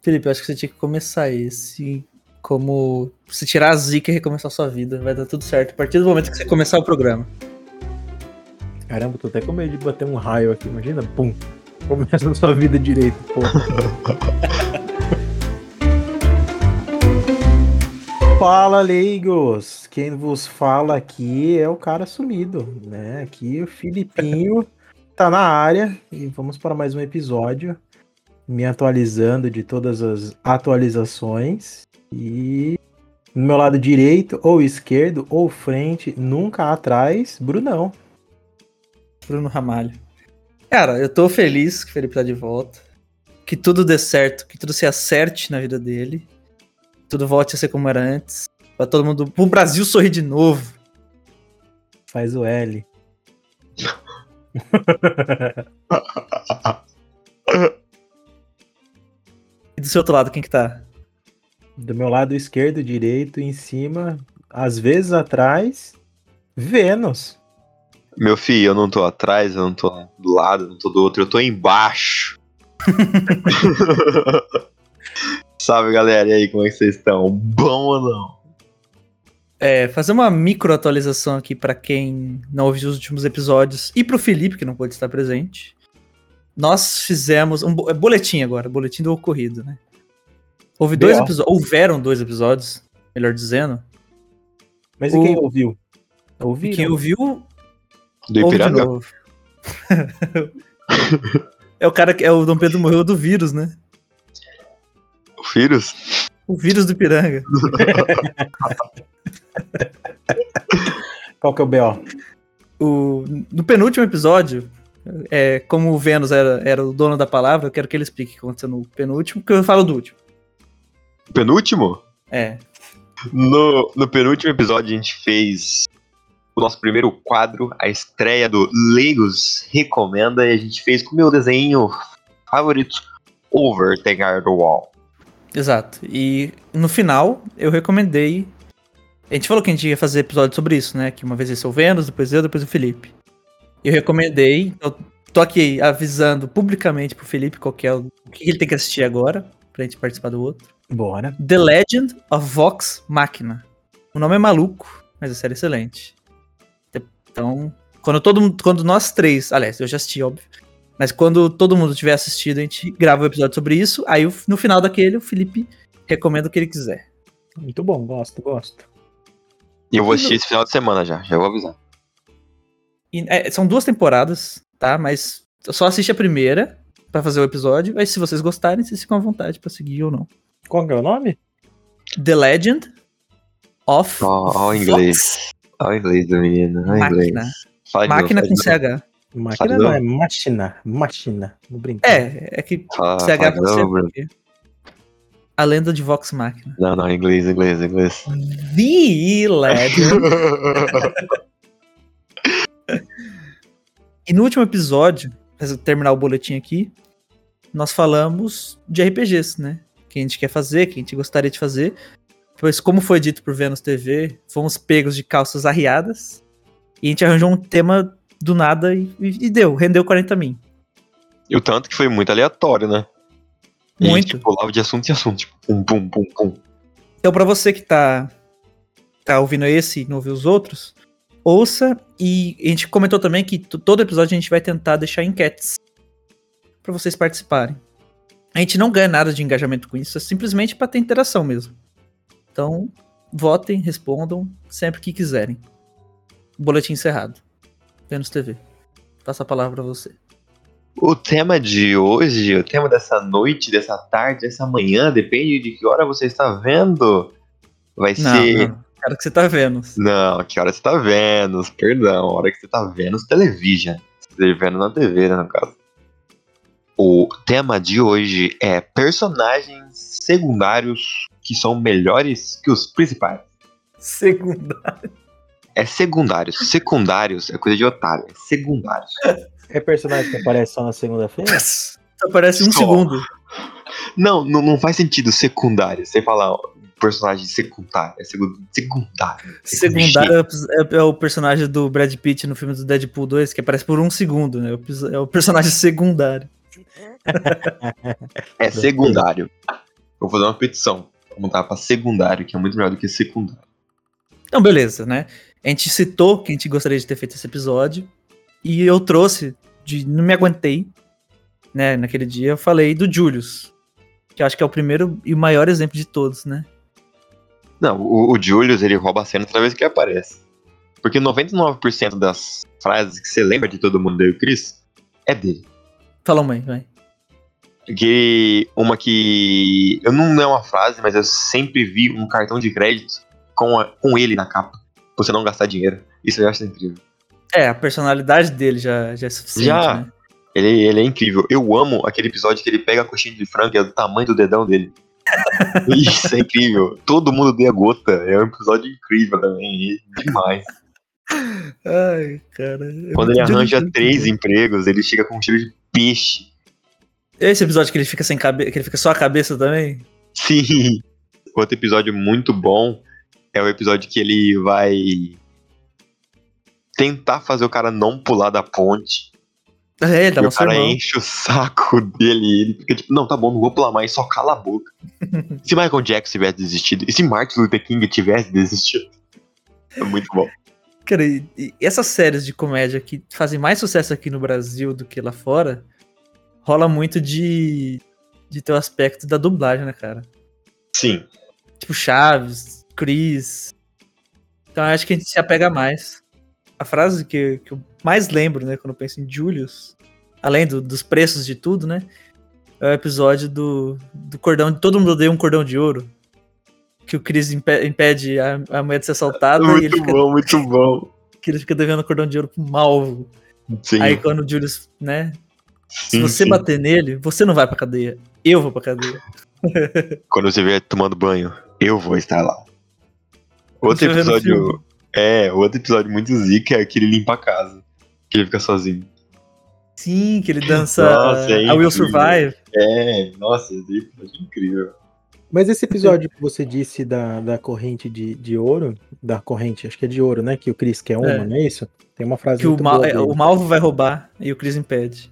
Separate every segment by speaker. Speaker 1: Felipe, eu acho que você tinha que começar esse como se tirar a zica e recomeçar sua vida. Vai dar tudo certo. A partir do momento que você começar o programa.
Speaker 2: Caramba, tô até com medo de bater um raio aqui, imagina, pum. Começa a sua vida direito, pô. Fala, leigos! Quem vos fala aqui é o cara sumido, né? Aqui o Filipinho tá na área e vamos para mais um episódio, me atualizando de todas as atualizações. E no meu lado direito, ou esquerdo, ou frente, nunca atrás, Brunão.
Speaker 1: Bruno Ramalho. Cara, eu tô feliz que o Felipe tá de volta. Que tudo dê certo, que tudo se acerte na vida dele. que Tudo volte a ser como era antes. Pra todo mundo. Pro Brasil sorrir de novo.
Speaker 2: Faz o L.
Speaker 1: E do seu outro lado, quem que tá?
Speaker 2: Do meu lado esquerdo, direito, em cima, às vezes atrás, Vênus.
Speaker 3: Meu filho, eu não tô atrás, eu não tô do lado, eu não tô do outro, eu tô embaixo. Salve galera, e aí, como é que vocês estão? Bom ou não?
Speaker 1: É, fazer uma micro atualização aqui pra quem não ouviu os últimos episódios e pro Felipe, que não pôde estar presente. Nós fizemos um bo- é boletim agora, boletim do ocorrido, né? Houve dois
Speaker 2: B.O.
Speaker 1: episódios, houveram dois episódios, melhor dizendo.
Speaker 2: Mas e
Speaker 1: O-
Speaker 2: quem ouviu?
Speaker 1: E
Speaker 2: Ouviram? né?
Speaker 1: quem ouviu Ouve de
Speaker 3: Do Ipiranga?
Speaker 1: novo. é o cara que é o Dom Pedro morreu do vírus, né?
Speaker 3: O Filhos?
Speaker 1: O vírus do Piranga.
Speaker 2: Qual que é o B.O.?
Speaker 1: O, no penúltimo episódio, é, como o Vênus era, era o dono da palavra, eu quero que ele explique o que aconteceu no penúltimo, porque eu falo do último.
Speaker 3: Penúltimo?
Speaker 1: É.
Speaker 3: No, no penúltimo episódio a gente fez o nosso primeiro quadro, a estreia do Legos Recomenda, e a gente fez com o meu desenho favorito, Over the Garden Wall.
Speaker 1: Exato. E no final, eu recomendei. A gente falou que a gente ia fazer episódio sobre isso, né? Que uma vez esse é o Vênus, depois eu, depois o Felipe. Eu recomendei. Eu tô aqui avisando publicamente pro Felipe qual que é o, o que ele tem que assistir agora, pra gente participar do outro.
Speaker 2: Bora.
Speaker 1: The Legend of Vox Machina. O nome é maluco, mas a série é excelente. Então, quando todo mundo, quando nós três, aliás, eu já assisti, óbvio, mas quando todo mundo tiver assistido, a gente grava o episódio sobre isso, aí o- no final daquele o Felipe recomenda o que ele quiser.
Speaker 2: Muito bom, gosto, gosto.
Speaker 3: E eu vou assistir esse final de semana já, já vou avisar.
Speaker 1: E, é, são duas temporadas, tá? Mas só assiste a primeira pra fazer o episódio, aí se vocês gostarem, vocês ficam à vontade pra seguir ou não.
Speaker 2: Qual que é o nome?
Speaker 1: The Legend of
Speaker 3: Ó, ó o
Speaker 1: Vox
Speaker 3: inglês. Olha o inglês do menino, olha o
Speaker 1: Machina.
Speaker 3: inglês. Fala de novo,
Speaker 1: Máquina
Speaker 3: fala
Speaker 1: com
Speaker 3: de
Speaker 1: CH.
Speaker 3: novo.
Speaker 2: Máquina
Speaker 3: Sabe
Speaker 2: não, é Machina. Machina. Não brinca.
Speaker 1: É, é que
Speaker 3: Fala,
Speaker 1: CH
Speaker 3: fala de
Speaker 1: pode ser
Speaker 3: novo, Bruno.
Speaker 1: porque- A lenda de Vox Machina.
Speaker 3: Não, não, inglês, inglês, inglês.
Speaker 1: The Legend. e no último episódio, pra terminar o boletim aqui, nós falamos de RPGs, né? Que a gente quer fazer, que a gente gostaria de fazer. Pois, como foi dito por Vênus TV, fomos pegos de calças arriadas. E a gente arranjou um tema do nada e, e- e deu, rendeu 40 mil.
Speaker 3: e o tanto que foi muito aleatório, né? E a
Speaker 1: Muito.
Speaker 3: gente pulava de assunto em assunto, tipo, pum, pum, pum, pum.
Speaker 1: Então, pra você que tá, tá ouvindo esse e não ouviu os outros, ouça. E a gente comentou também que t- todo episódio a gente vai tentar deixar enquetes pra vocês participarem. A gente não ganha nada de engajamento com isso, é simplesmente pra ter interação mesmo. Então, votem, respondam sempre que quiserem. Boletim encerrado. Vênus TV. Passa a palavra pra você.
Speaker 3: O tema de hoje, o tema dessa noite, dessa tarde, dessa manhã, depende de que hora você está vendo. Vai
Speaker 1: Não,
Speaker 3: ser.
Speaker 1: não. Quero que você tá vendo.
Speaker 3: Não, que hora você tá vendo? Perdão, a hora que você tá vendo television. Você tá vendo na TV, né, no caso. O tema de hoje é personagens secundários que são melhores que os principais.
Speaker 1: Segunda.
Speaker 3: É secundários. Secundários é coisa de otário. É secundários.
Speaker 2: É personagem que aparece só na segunda-feira?
Speaker 1: Aparece um
Speaker 3: Só.
Speaker 1: segundo.
Speaker 3: Não, não, não faz sentido secundário. Você falar ó, personagem secundário. É segun- secundário.
Speaker 1: Secundário é o pers- é, é o personagem do Brad Pitt no filme do Deadpool 2, que aparece por um segundo, né? É o pers- É o personagem secundário.
Speaker 3: É secundário. Eu vou fazer uma petição. Vou mudar pra secundário, que é muito melhor do que secundário.
Speaker 1: Então, beleza, né? A gente citou que a gente gostaria de ter feito esse episódio. E eu trouxe, de, não me aguentei, né? Naquele dia eu falei do Julius. Que eu acho que é o primeiro e maior exemplo de todos, né?
Speaker 3: Não, o, o Julius, ele rouba a cena toda vez que ele aparece. Porque 99% das frases que você lembra de todo mundo deu o Chris é dele.
Speaker 1: Fala, mãe, vai.
Speaker 3: Porque uma que. Eu não, não é uma frase, mas eu sempre vi um cartão de crédito com, a- com ele na capa. pra Você não gastar dinheiro. Isso eu acho incrível.
Speaker 1: É, a personalidade dele já, já é suficiente,
Speaker 3: Já.
Speaker 1: né?
Speaker 3: Ele, ele é incrível. Eu amo aquele episódio que ele pega a coxinha de frango e é do tamanho do dedão dele. Isso é incrível. Todo mundo deu a gota. É um episódio incrível também. e Demais.
Speaker 1: Ai, cara. é
Speaker 3: Quando ele
Speaker 1: muito-
Speaker 3: arranja três empregos, ele chega com um cheiro de peixe.
Speaker 1: Esse episódio que ele fica sem cabeça, que ele fica só a cabeça também?
Speaker 3: Sim. Outro episódio muito bom é o episódio que ele vai tentar fazer o cara não pular da ponte.
Speaker 1: É, ele
Speaker 3: e
Speaker 1: tava
Speaker 3: o cara
Speaker 1: sermão.
Speaker 3: enche o saco dele e ele fica tipo, não, tá bom, não vou pular mais, só cala a boca. se Michael Jackson tivesse desistido, e se Martin Luther King tivesse desistido? É muito bom.
Speaker 1: Cara, e, e essas séries de comédia que fazem mais sucesso aqui no Brasil do que lá fora, rola muito de, de ter o aspecto da dublagem, né, cara?
Speaker 3: Sim.
Speaker 1: Tipo Chaves, Chris. Então eu acho que a gente se apega mais. A frase que, que eu mais lembro, né, quando eu penso em Julius, além do- dos preços de tudo, né, é o episódio do, do cordão, todo mundo odeia um cordão de ouro, que o Chris impe- impede a, a mulher de ser assaltada e ele
Speaker 3: muito
Speaker 1: fica,
Speaker 3: bom, muito bom.
Speaker 1: que ele fica devendo cordão de ouro pro Malvo.
Speaker 3: Sim,
Speaker 1: Aí quando o Julius, né, se
Speaker 3: sim,
Speaker 1: você
Speaker 3: sim.
Speaker 1: bater nele, você não vai pra cadeia, eu vou pra cadeia.
Speaker 3: Quando você vier tomando banho, eu vou estar lá. Outro
Speaker 1: Você vê no filme.
Speaker 3: episódio. É, outro episódio muito zica é aquele limpa a casa. Que ele fica sozinho.
Speaker 1: Sim, que ele dança
Speaker 3: Nossa, é
Speaker 1: I Will
Speaker 3: incrível.
Speaker 1: Survive.
Speaker 3: É, nossa, esse episódio é incrível.
Speaker 2: Mas esse episódio que você disse da, da corrente de, de ouro, da corrente, acho que é de ouro, né? Que o Chris quer uma,
Speaker 1: É.
Speaker 2: não é isso? Tem uma frase
Speaker 1: Que o,
Speaker 2: muito
Speaker 1: mal,
Speaker 2: boa
Speaker 1: é,
Speaker 2: dele.
Speaker 1: o Malvo vai roubar e o Chris impede.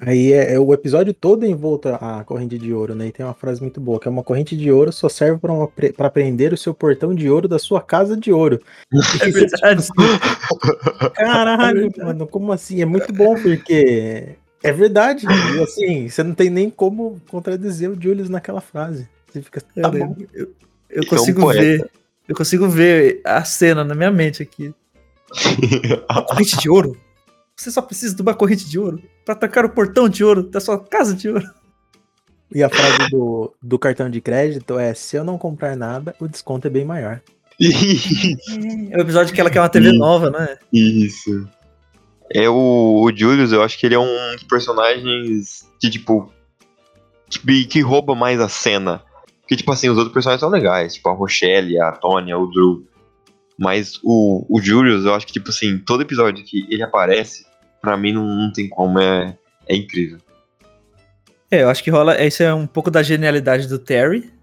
Speaker 2: Aí é, é o episódio todo em volta à corrente de ouro, né? E tem uma frase muito boa, que é uma corrente de ouro só serve pra uma pre- pra prender o seu portão de ouro da sua casa de ouro.
Speaker 1: É verdade. É
Speaker 2: Caralho,
Speaker 1: verdade.
Speaker 2: mano, como assim? É muito bom, porque é verdade. E assim, você não tem nem como contradizer o Julius naquela frase. Você fica,
Speaker 1: É
Speaker 2: tá bom.
Speaker 1: eu, eu
Speaker 3: Ele é um
Speaker 1: consigo
Speaker 3: poeta.
Speaker 1: ver. Eu consigo ver a cena na minha mente aqui. Corrente de ouro? Você só precisa de uma corrente de ouro pra atacar o portão de ouro da sua casa de ouro.
Speaker 2: E a frase do, do cartão de crédito é: se eu não comprar nada, o desconto é bem maior.
Speaker 1: É o episódio que ela quer uma TV
Speaker 3: Sim.
Speaker 1: nova, né?
Speaker 3: Isso. É o, o Julius, eu acho que ele é um dos personagens que, tipo. Que, que rouba mais a cena. Porque, tipo assim, os outros personagens são legais, tipo a Rochelle, a Tônia, o Drew. Mas o, o Julius, eu acho que, tipo assim, todo episódio que ele aparece, pra mim não, não tem como, é, é incrível.
Speaker 1: É, eu acho que rola. Isso é um pouco da genialidade do Terry.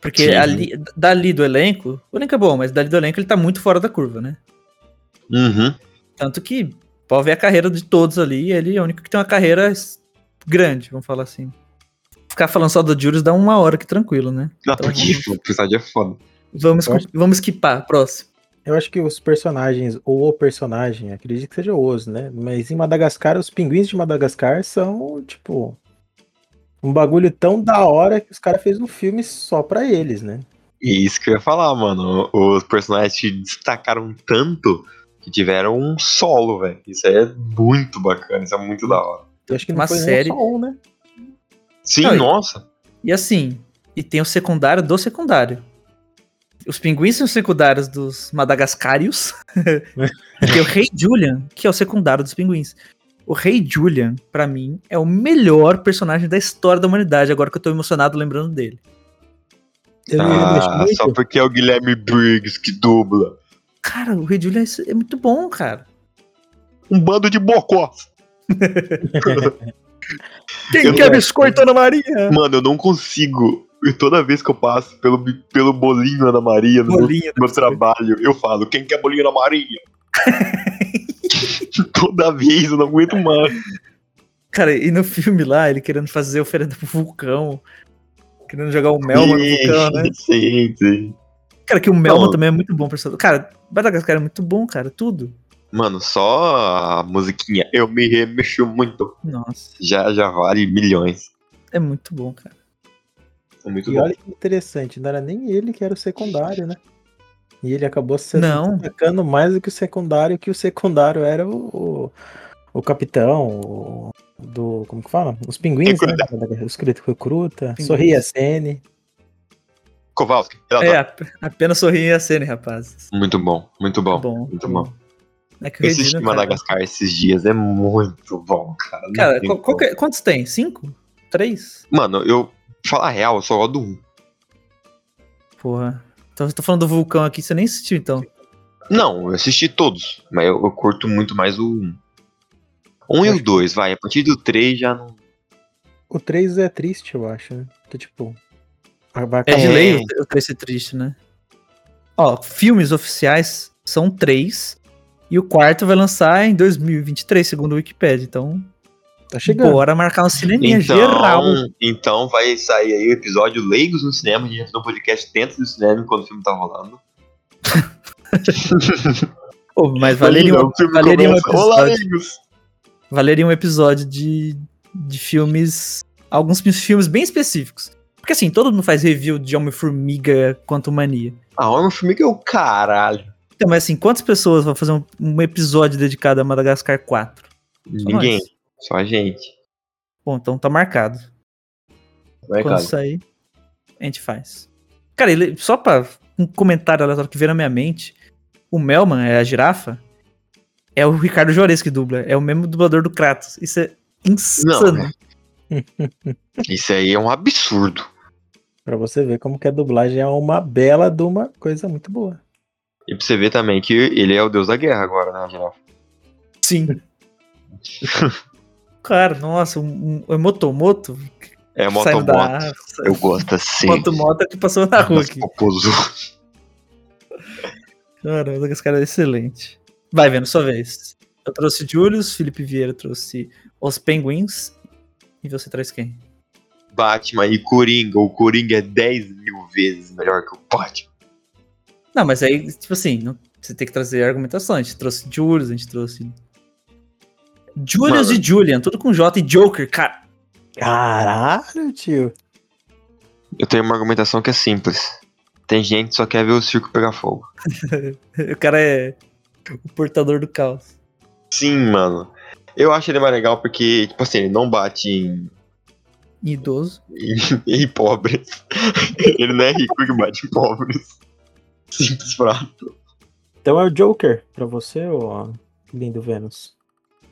Speaker 1: Porque
Speaker 3: Sim.
Speaker 1: ali, dali do elenco. O elenco é bom, mas dali do elenco ele tá muito fora da curva, né?
Speaker 3: Uhum.
Speaker 1: Tanto que pode ver a carreira de todos ali, ele é o único que tem uma carreira s- grande, vamos falar assim. Ficar falando só do Julius dá uma hora que tranquilo, né?
Speaker 3: Não,
Speaker 1: Então,
Speaker 3: porque o personagem é foda.
Speaker 1: Vamos,
Speaker 2: Eu acho-
Speaker 1: vamos skipar, próximo.
Speaker 2: Eu acho que os personagens, ou o personagem, acredito que seja o Oso, né? Mas em Madagascar, os pinguins de Madagascar são, tipo, um bagulho tão da hora que os caras fez um filme só pra eles, né?
Speaker 3: E isso que eu ia falar, mano. Os personagens se destacaram tanto que tiveram um solo, velho. Isso aí é muito bacana, isso é muito da hora.
Speaker 2: Eu acho que não
Speaker 1: Uma
Speaker 2: foi nem
Speaker 1: série.
Speaker 2: só um, né?
Speaker 3: Sim,
Speaker 1: Não, e-
Speaker 3: nossa.
Speaker 1: E assim, e tem o secundário do secundário. Os pinguins são os secundários dos Madagascários. e tem o Rei Julian, que é o secundário dos pinguins. O Rei Julian, pra mim, é o melhor personagem da história da humanidade, agora que eu tô emocionado lembrando dele.
Speaker 2: Eu não ia mexer
Speaker 3: Ah,
Speaker 2: muito.
Speaker 3: só porque é o Guilherme Briggs que dubla.
Speaker 1: Cara, o Rei Julian é muito bom, cara.
Speaker 3: Um bando de bocós.
Speaker 1: Quem
Speaker 3: Eu
Speaker 1: quer
Speaker 2: não-
Speaker 1: biscoito, Ana Maria?
Speaker 3: Mano, eu não consigo. E toda vez que eu passo pelo, bi- pelo bolinho Ana Maria no meu-
Speaker 1: Bolinha.
Speaker 3: meu, trabalho, eu falo, quem quer bolinho Ana Maria? toda vez, eu não aguento mais.
Speaker 1: Cara, e no filme lá, ele querendo fazer oferenda pro vulcão. Querendo jogar o Melma no vulcão, né?
Speaker 3: Sim, sim.
Speaker 1: Cara, que o Melma
Speaker 3: Não.
Speaker 1: também é muito bom personagem. Cara, Madagascar é muito bom, cara. Tudo.
Speaker 3: Mano, só a musiquinha Eu me remexo muito
Speaker 1: Nossa,
Speaker 3: já, já vale milhões.
Speaker 1: é muito bom, cara.
Speaker 3: É muito
Speaker 2: E
Speaker 3: bom.
Speaker 2: olha que interessante, não era nem ele que era o secundário, né? E ele acabou se
Speaker 1: Não.
Speaker 2: destacando mais do que o secundário, que o secundário era o, o, o capitão o- do. Como que fala? Os pinguins,
Speaker 3: Recruta.
Speaker 2: né? Os crit- recruta,
Speaker 1: Pinguins.
Speaker 2: sorria Sene.
Speaker 3: Kowalski, ela
Speaker 1: É, ap- apenas sorrir a cena, rapazes.
Speaker 3: Muito bom, muito bom.
Speaker 1: bom.
Speaker 3: Muito bom.
Speaker 1: É que o
Speaker 3: Eu assisti
Speaker 1: Regina, cara,
Speaker 3: Madagascar esses dias, é muito bom, cara. Não
Speaker 1: cara
Speaker 3: tem
Speaker 1: qual- qual que é- quantos tem? Cinco? Três?
Speaker 3: como. Mano, eu. Falar a real, eu só gosto do um.
Speaker 1: Porra. Então você tá falando do vulcão aqui, você nem assistiu, então.
Speaker 3: Não, eu assisti todos, mas eu, eu curto muito mais o 1. Um e o dois, vai. A partir do três já não.
Speaker 2: O 3 é triste, eu acho, né? Que tipo. a- Vai
Speaker 1: É de
Speaker 2: acabar-
Speaker 1: lei o- o Tracy Triste, né? Ó, filmes oficiais são três. E o quarto vai lançar em 2023, segundo o Wikipedia. Então,
Speaker 2: Tá chegando.
Speaker 1: bora marcar um cineminha geral.
Speaker 3: Então, então vai sair aí o episódio Leigos no Cinema, a gente já fez um podcast dentro do cinema enquanto o filme tá rolando.
Speaker 1: Pô, mas valeria,
Speaker 3: Imagina,
Speaker 1: um,
Speaker 3: tá o filme
Speaker 1: valeria um
Speaker 3: começa, Olá,
Speaker 1: episódio,
Speaker 3: Leigos!
Speaker 1: valeria um episódio de, de filmes. Alguns filmes bem específicos. Porque assim, todo mundo faz review de Homem-Formiga quanto Mania.
Speaker 3: A Homem-Formiga é o caralho.
Speaker 1: Então, mas assim, quantas pessoas vão fazer um, um episódio dedicado a Madagascar 4? Só
Speaker 3: Ninguém,
Speaker 1: nós.
Speaker 3: só a gente.
Speaker 1: Bom, então tá marcado.
Speaker 3: Vai,
Speaker 1: Quando
Speaker 3: cara.
Speaker 1: sair, a gente faz. Cara, ele- só pra um comentário aleatório que veio na minha mente, o Melman, é a girafa, é o Ricardo Juarez que dubla. É o mesmo dublador do Kratos. Isso é insano.
Speaker 3: Não, né? Isso aí é um absurdo.
Speaker 2: Pra você ver como que a dublagem é uma bela de uma coisa muito boa.
Speaker 3: E pra você ver também que ele é o deus da guerra agora, né, geral?
Speaker 1: Sim. Cara, nossa, um, um, é Motomoto
Speaker 3: É
Speaker 1: que saiu da
Speaker 3: motomoto.
Speaker 1: África.
Speaker 3: Eu gosto assim.
Speaker 1: Motomoto é que passou na rua
Speaker 3: Mas
Speaker 1: aqui.
Speaker 3: popozudo.
Speaker 1: Caramba, esse cara é excelente. Vai vendo, sua vez. Eu trouxe Julius, Felipe Vieira trouxe os Penguins. E você traz quem?
Speaker 3: Batman e Coringa. O Coringa é 10 mil vezes melhor que o Batman.
Speaker 1: Não, mas aí, tipo assim, não- você tem que trazer argumentação. A gente trouxe Julius, a gente trouxe. Julius
Speaker 3: Mano.
Speaker 1: e Julian, tudo com J e Joker, cara.
Speaker 2: Caralho, tio.
Speaker 3: Eu tenho uma argumentação que é simples. Tem gente que só quer ver o circo pegar fogo.
Speaker 1: O cara é o portador do caos.
Speaker 3: Sim, mano. Eu acho ele mais legal porque, tipo assim, ele não bate em,
Speaker 1: E idoso.
Speaker 3: em- em pobres. ele não é rico que bate em pobres. Simples pra.
Speaker 2: Então é o Joker pra você, ô lindo Vênus.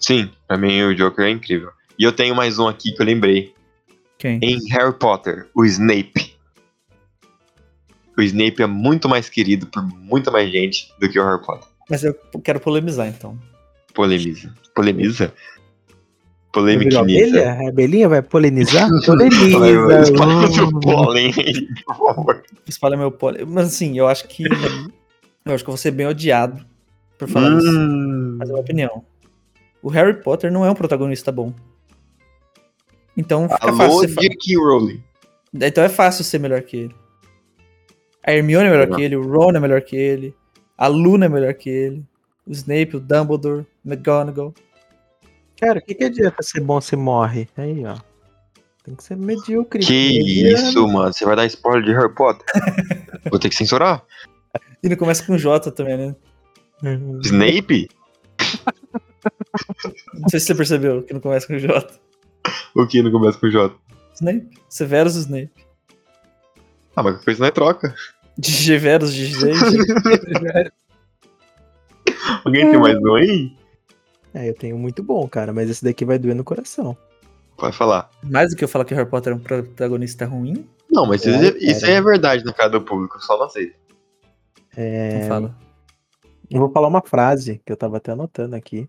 Speaker 3: Sim, pra mim o Joker é incrível. E eu tenho mais um aqui que eu lembrei.
Speaker 1: Quem?
Speaker 3: Em Harry Potter, o Snape. O Snape é muito mais querido por muita mais gente do que o Harry Potter.
Speaker 1: Mas eu quero polemizar, então.
Speaker 3: Polemiza. Polemiza?
Speaker 2: a
Speaker 3: Polemiquiniza.
Speaker 2: abelha? A abelhinha vai polinizar? é
Speaker 3: Vai, vai,
Speaker 2: Poliniza.
Speaker 3: espalha
Speaker 2: hum.
Speaker 3: seu pólen aí, por favor.
Speaker 1: Espalha meu pole. Mas assim, eu acho que. eu acho que eu vou ser bem odiado por falar isso.
Speaker 3: Hum,
Speaker 1: Mas é uma opinião. O Harry Potter não é um protagonista bom. Então fica
Speaker 3: Alô,
Speaker 1: fácil. Você fa-
Speaker 3: J.K. Rowling.
Speaker 1: Então é fácil ser melhor que ele. A Hermione é melhor
Speaker 3: Não.
Speaker 1: que ele, o Ron é melhor que ele, a Luna é melhor que ele, o Snape, o Dumbledore, McGonagall.
Speaker 2: Cara, o que, que adianta ser bom se morre? Aí, ó. Tem que ser medíocre.
Speaker 3: Que
Speaker 2: Mediano.
Speaker 3: isso, mano. Você vai dar spoiler de Harry Potter? Vou ter que censurar.
Speaker 1: E não começa com J também, né?
Speaker 2: Hum.
Speaker 3: Snape?
Speaker 1: Não sei se você percebeu que não começa com J.
Speaker 3: O que não começa com J?
Speaker 1: Snape. Severus Snape.
Speaker 3: Ah, mas qualquer coisa não é troca.
Speaker 1: Digiverus, Digiverus.
Speaker 3: Alguém tem mais um aí?
Speaker 2: É, eu tenho muito bom, cara, mas esse daqui vai doer no coração.
Speaker 3: Vai falar.
Speaker 1: Mais do que eu falar que o Harry Potter é um protagonista ruim,
Speaker 3: Não, mas
Speaker 2: É,
Speaker 3: isso, isso
Speaker 2: cara.
Speaker 3: aí é verdade na cara do público. eu Só não aceito.
Speaker 2: É,
Speaker 1: não fala.
Speaker 2: eu vou falar uma frase que eu tava até anotando aqui.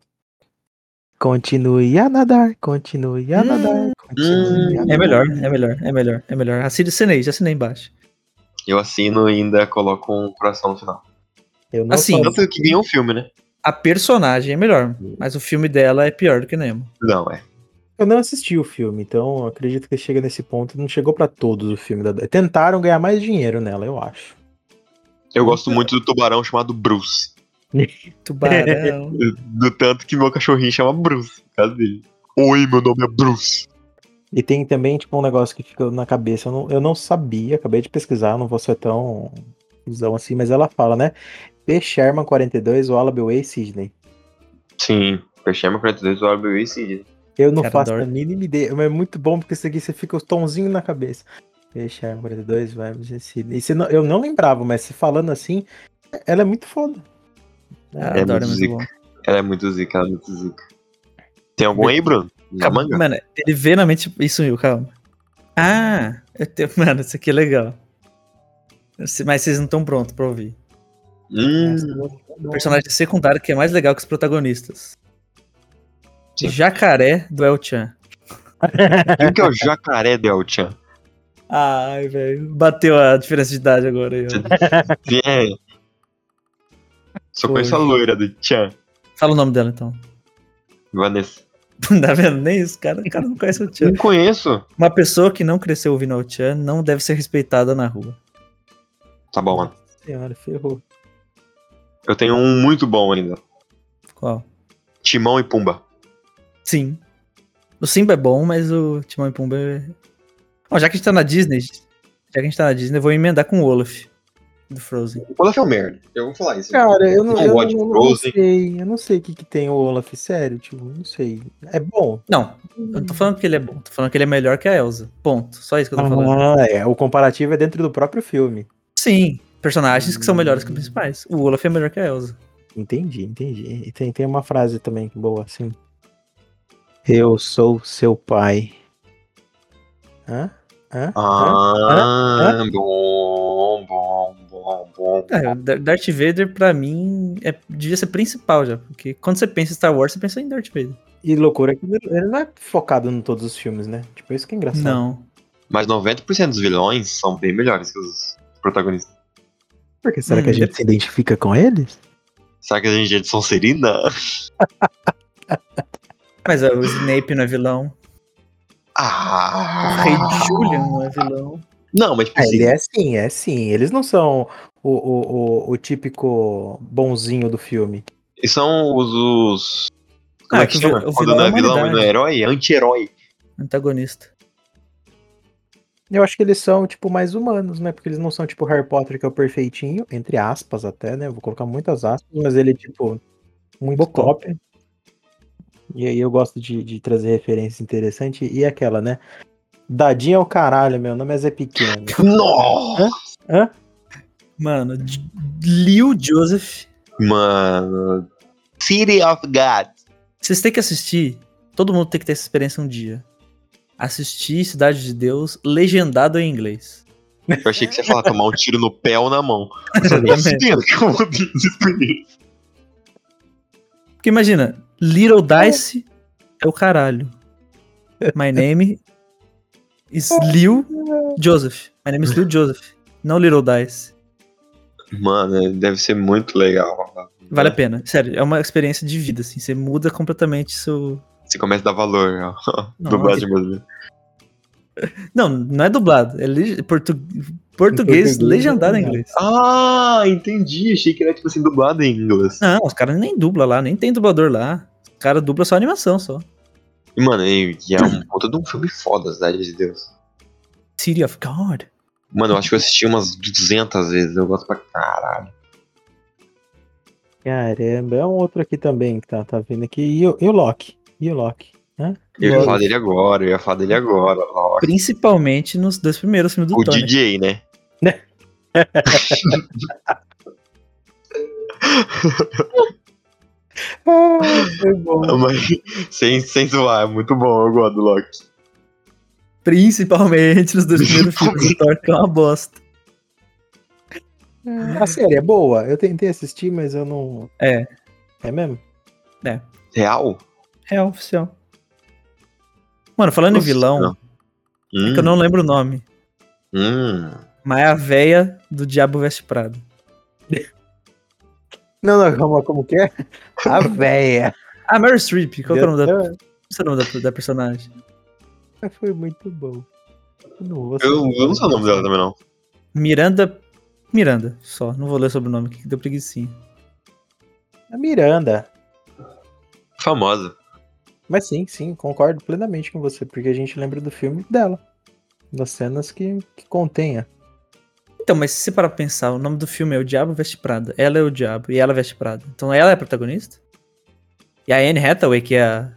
Speaker 2: Continue a nadar, continue a
Speaker 1: Hum.
Speaker 2: nadar, continue a
Speaker 3: Hum.
Speaker 2: nadar.
Speaker 1: É melhor, é melhor, é melhor, é melhor. Assine, assinei, já assinei embaixo.
Speaker 3: Eu assino e ainda coloco um coração no final.
Speaker 2: Eu não
Speaker 1: Assim,
Speaker 2: só-
Speaker 3: Tanto que ganhou o filme, né?
Speaker 1: A personagem é melhor, mas o filme dela é pior do que Nemo.
Speaker 3: Não, é.
Speaker 2: Eu não assisti o filme, então acredito que chega nesse ponto. Não chegou pra todos o filme da. Tentaram ganhar mais dinheiro nela, eu acho.
Speaker 3: Eu gosto muito do tubarão chamado Bruce.
Speaker 1: Tubarão.
Speaker 3: Do tanto que meu cachorrinho chama Bruce. Cadê? Oi, meu nome é Bruce.
Speaker 2: E tem também, tipo, um negócio que fica na cabeça. Eu não, eu não sabia, acabei de pesquisar, não vou ser tão usão assim, mas ela fala, né? P. Sherman 42, Wallaby Way, Sydney.
Speaker 3: Sim, Perchama 42 Orbe e Cid.
Speaker 2: Eu não
Speaker 1: Cara,
Speaker 2: faço
Speaker 1: adoro.
Speaker 2: a mínima ideia, mas é muito bom porque isso aqui você fica o tonzinho na cabeça. P. Sherman 42, Wallaby Way, Sydney. E você não- eu não lembrava, mas se falando assim, ela é muito foda.
Speaker 1: Ah,
Speaker 3: É
Speaker 1: adoro, é
Speaker 3: muito
Speaker 1: muito bom.
Speaker 3: Ela é muito zica, ela é muito zica. Tem algum aí, Bruno? Camanga?
Speaker 1: Mano, ele vê na mente. Isso, Will, calma. Ah, eu tenho... mano, isso aqui é legal. Esse- Mas vocês não estão prontos pra ouvir.
Speaker 2: é
Speaker 3: Hum,
Speaker 1: O personagem secundário que é mais legal que os protagonistas.
Speaker 3: Sim.
Speaker 1: Jacaré do El Chan.
Speaker 3: quem que é o jacaré de Elchan?
Speaker 1: Ai, velho. Bateu a diferença de idade agora. aí, ó.
Speaker 3: Quem é? Só
Speaker 1: Oi.
Speaker 3: conheço a loira do Tchan,
Speaker 1: Fala o nome dela então.
Speaker 3: Vanessa.
Speaker 1: tá vendo? Nem isso, cara. O cara não conhece o Chan.
Speaker 3: Não conheço.
Speaker 1: Uma pessoa que não cresceu ouvindo o Chan não deve ser respeitada na rua.
Speaker 3: Tá bom, mano.
Speaker 2: Senhora, ferrou.
Speaker 3: Eu tenho um muito bom ainda.
Speaker 1: Qual?
Speaker 3: Timão e Pumba.
Speaker 1: Sim. O Simba é bom, mas o Timão e Pumba é. Ó, já que a gente tá na Disney. Já que a gente tá na Disney, eu vou emendar com o Olaf. Do Frozen.
Speaker 3: O Olaf é um merda. Ah, Eu vou falar isso.
Speaker 2: Cara, eu não,
Speaker 3: Não
Speaker 2: eu
Speaker 3: gosto de
Speaker 2: não- eu não
Speaker 3: Tipo, Frozen.
Speaker 2: sei. Eu não sei o que, que tem o Olaf, sério, tipo, não sei. É bom.
Speaker 1: Não, eu não tô falando que ele é bom, tô falando que ele é melhor que a Elsa. Ponto. Só isso que eu tô falando.
Speaker 2: Ah, é. O comparativo é dentro do próprio filme.
Speaker 1: Sim, personagens que são melhores que os principais. O Olaf é melhor que a Elsa.
Speaker 2: Entendi, entendi. E tem, tem uma frase também que boa, assim. Eu sou seu pai. Hã? Hã? Hã?
Speaker 3: Ah, bom, bom, bom, bom.
Speaker 1: É, o Dar- Darth Vader, pra mim, é, devia ser principal já. Porque quando você pensa em Star Wars, você pensa em Darth Vader.
Speaker 2: E loucura que ele não é focado em todos os filmes, né? Tipo, isso que é engraçado.
Speaker 1: Não.
Speaker 3: Mas 90% dos vilões são bem melhores que os protagonistas.
Speaker 2: Por que será
Speaker 1: Hum,
Speaker 2: que a gente se identifica com eles?
Speaker 3: Será que a gente é de Sonserina?
Speaker 1: Mas ó, o Snape não é vilão. O
Speaker 3: Ah!
Speaker 1: Rei Julian não é vilão.
Speaker 3: Não, mas tipo,
Speaker 2: Ah, ele
Speaker 3: assim,
Speaker 2: é sim, é sim. Eles não são o, o, o, o típico bonzinho do filme.
Speaker 3: eles são os. os- Como
Speaker 1: Ah,
Speaker 3: é que
Speaker 1: que o vi-
Speaker 3: chama?
Speaker 1: o
Speaker 3: Quando
Speaker 1: vilão
Speaker 3: não
Speaker 1: é
Speaker 3: é
Speaker 1: a
Speaker 3: vilão e não é
Speaker 1: humanidade.
Speaker 3: herói, é anti-herói.
Speaker 1: Antagonista.
Speaker 2: Eu acho que eles são, tipo, mais humanos, né? Porque eles não são, tipo, Harry Potter, que é o perfeitinho, entre aspas até, né? Vou colocar muitas aspas, mas ele é, tipo, muito
Speaker 1: Bocó.
Speaker 2: top. E aí eu gosto de, de trazer referência interessante. E aquela, né? Dadinho é o caralho, meu nome é Zé Pequeno.
Speaker 3: Nossa!
Speaker 1: Mano, J- Liu Joseph.
Speaker 3: Mano. City of God.
Speaker 1: Vocês têm que assistir. Todo mundo tem que ter essa experiência um dia. Assistir Cidade de Deus, legendado em inglês.
Speaker 3: Eu achei que você ia falar tomar um tiro no pé ou na mão.
Speaker 1: Exatamente.
Speaker 3: Entendo que eu vou desesperar.
Speaker 1: Porque imagina, Little Dice é o caralho. My name is Liu Joseph. My name is Liu Joseph. Não Little Dice.
Speaker 3: Mano, deve ser muito legal.
Speaker 1: Vale a pena. Sério, é uma experiência de vida, assim. Você muda completamente seu.
Speaker 3: Você começa a dar valor, ó.
Speaker 1: Não,
Speaker 3: Dublagem brasileira.
Speaker 1: Não, não é dublado. É le- portu- português
Speaker 2: português,
Speaker 1: legendado em
Speaker 3: né?
Speaker 1: inglês.
Speaker 2: legendado.
Speaker 3: Ah, entendi. Achei que era tipo assim, dublado em inglês.
Speaker 1: Não, os caras nem dubla lá, nem tem dublador lá. Os caras dublam só animação só.
Speaker 3: E, mano, e e é um puta de um filme foda, Cidade de Deus.
Speaker 1: City of God.
Speaker 3: Mano, eu acho que eu assisti umas 200 vezes. Eu gosto pra caralho.
Speaker 2: Caramba, é um outro aqui também que tá, tá vindo aqui. E o, e o Loki? E o Loki? Hã?
Speaker 3: Eu ia
Speaker 1: Lógico.
Speaker 3: falar dele agora, eu ia falar dele agora. Lógico.
Speaker 1: Principalmente nos dois primeiros filmes do
Speaker 3: O
Speaker 1: Tony.
Speaker 3: DJ, né?
Speaker 2: Ah, foi bom.
Speaker 3: Mas, sem, sem zoar, é muito bom. Eu gosto do Loki.
Speaker 1: Principalmente nos dois primeiros filmes do Thor, que é uma bosta.
Speaker 2: A série é boa. Eu tentei assistir, mas eu não.
Speaker 1: É.
Speaker 2: É mesmo?
Speaker 3: Real?
Speaker 1: Real oficial. Mano, falando em
Speaker 3: Nossa,
Speaker 1: é vilão,
Speaker 3: não. Hum,
Speaker 1: é que eu não lembro o nome.
Speaker 3: hum.
Speaker 1: Mas é a véia do Diabo Veste Prado.
Speaker 2: Não, não, calma, como que é? A véia.
Speaker 1: Ah, Mary Streep. Qual que é o nome da. sei o nome da, da personagem.
Speaker 2: Foi muito bom. Eu não vou
Speaker 3: Eu,
Speaker 2: saber.
Speaker 3: eu não sei o nome dela também, não.
Speaker 1: Miranda. Miranda, só. Não vou ler sobre o nome aqui, que deu preguicinha.
Speaker 2: A Miranda.
Speaker 3: Famosa.
Speaker 2: Mas sim, sim, concordo plenamente com você, porque a gente lembra do filme dela. Das cenas que, que contenha.
Speaker 1: Então, mas se você parar pra pensar, o nome do filme é O Diabo Veste Prada. Ela é o Diabo e ela veste Prada. Então ela é a protagonista? E a Anne Hathaway, que é a.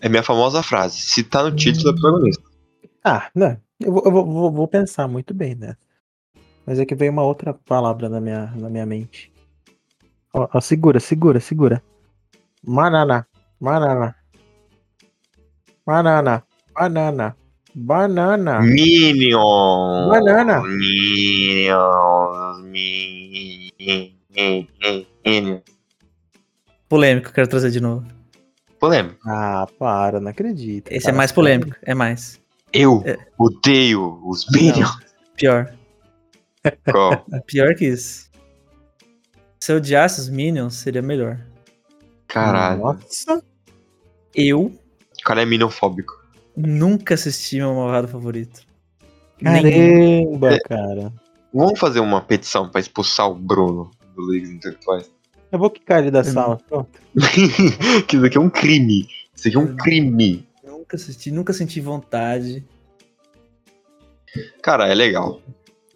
Speaker 3: É minha famosa frase. Se tá no título, é protagonista.
Speaker 2: Ah, não. Eu, vou- eu vou, vou- vou pensar muito bem, né? Mas é que veio uma outra palavra na minha, na minha mente. Ó, ó, segura, segura, segura. Manana, manana. Banana, banana, banana.
Speaker 3: Minion.
Speaker 2: Banana.
Speaker 3: Minions. Minion.
Speaker 1: Polêmico, quero trazer de novo.
Speaker 3: Polêmico.
Speaker 2: Ah, para, não acredito.
Speaker 1: Esse é
Speaker 2: cara.
Speaker 1: mais polêmico, é mais.
Speaker 3: Eu
Speaker 1: É.
Speaker 3: odeio os Minions.
Speaker 1: Pior.
Speaker 3: Qual?
Speaker 1: É Pior que isso. Se eu odiasse os Minions, seria melhor.
Speaker 3: Caralho.
Speaker 2: Nossa.
Speaker 1: Eu
Speaker 3: O cara é minionfóbico.
Speaker 1: nunca assisti meu malvado favorito. Nenhum.
Speaker 2: Caramba,
Speaker 3: É.
Speaker 2: cara.
Speaker 3: Vamos fazer uma petição pra expulsar o Bruno do Leagues Intelectuais.
Speaker 2: Eu vou quicar ele da
Speaker 1: não-
Speaker 2: sala. Pronto.
Speaker 3: que isso aqui é um crime. Isso aqui é um crime.
Speaker 1: Nunca assisti, nunca senti vontade.
Speaker 3: Cara, é legal.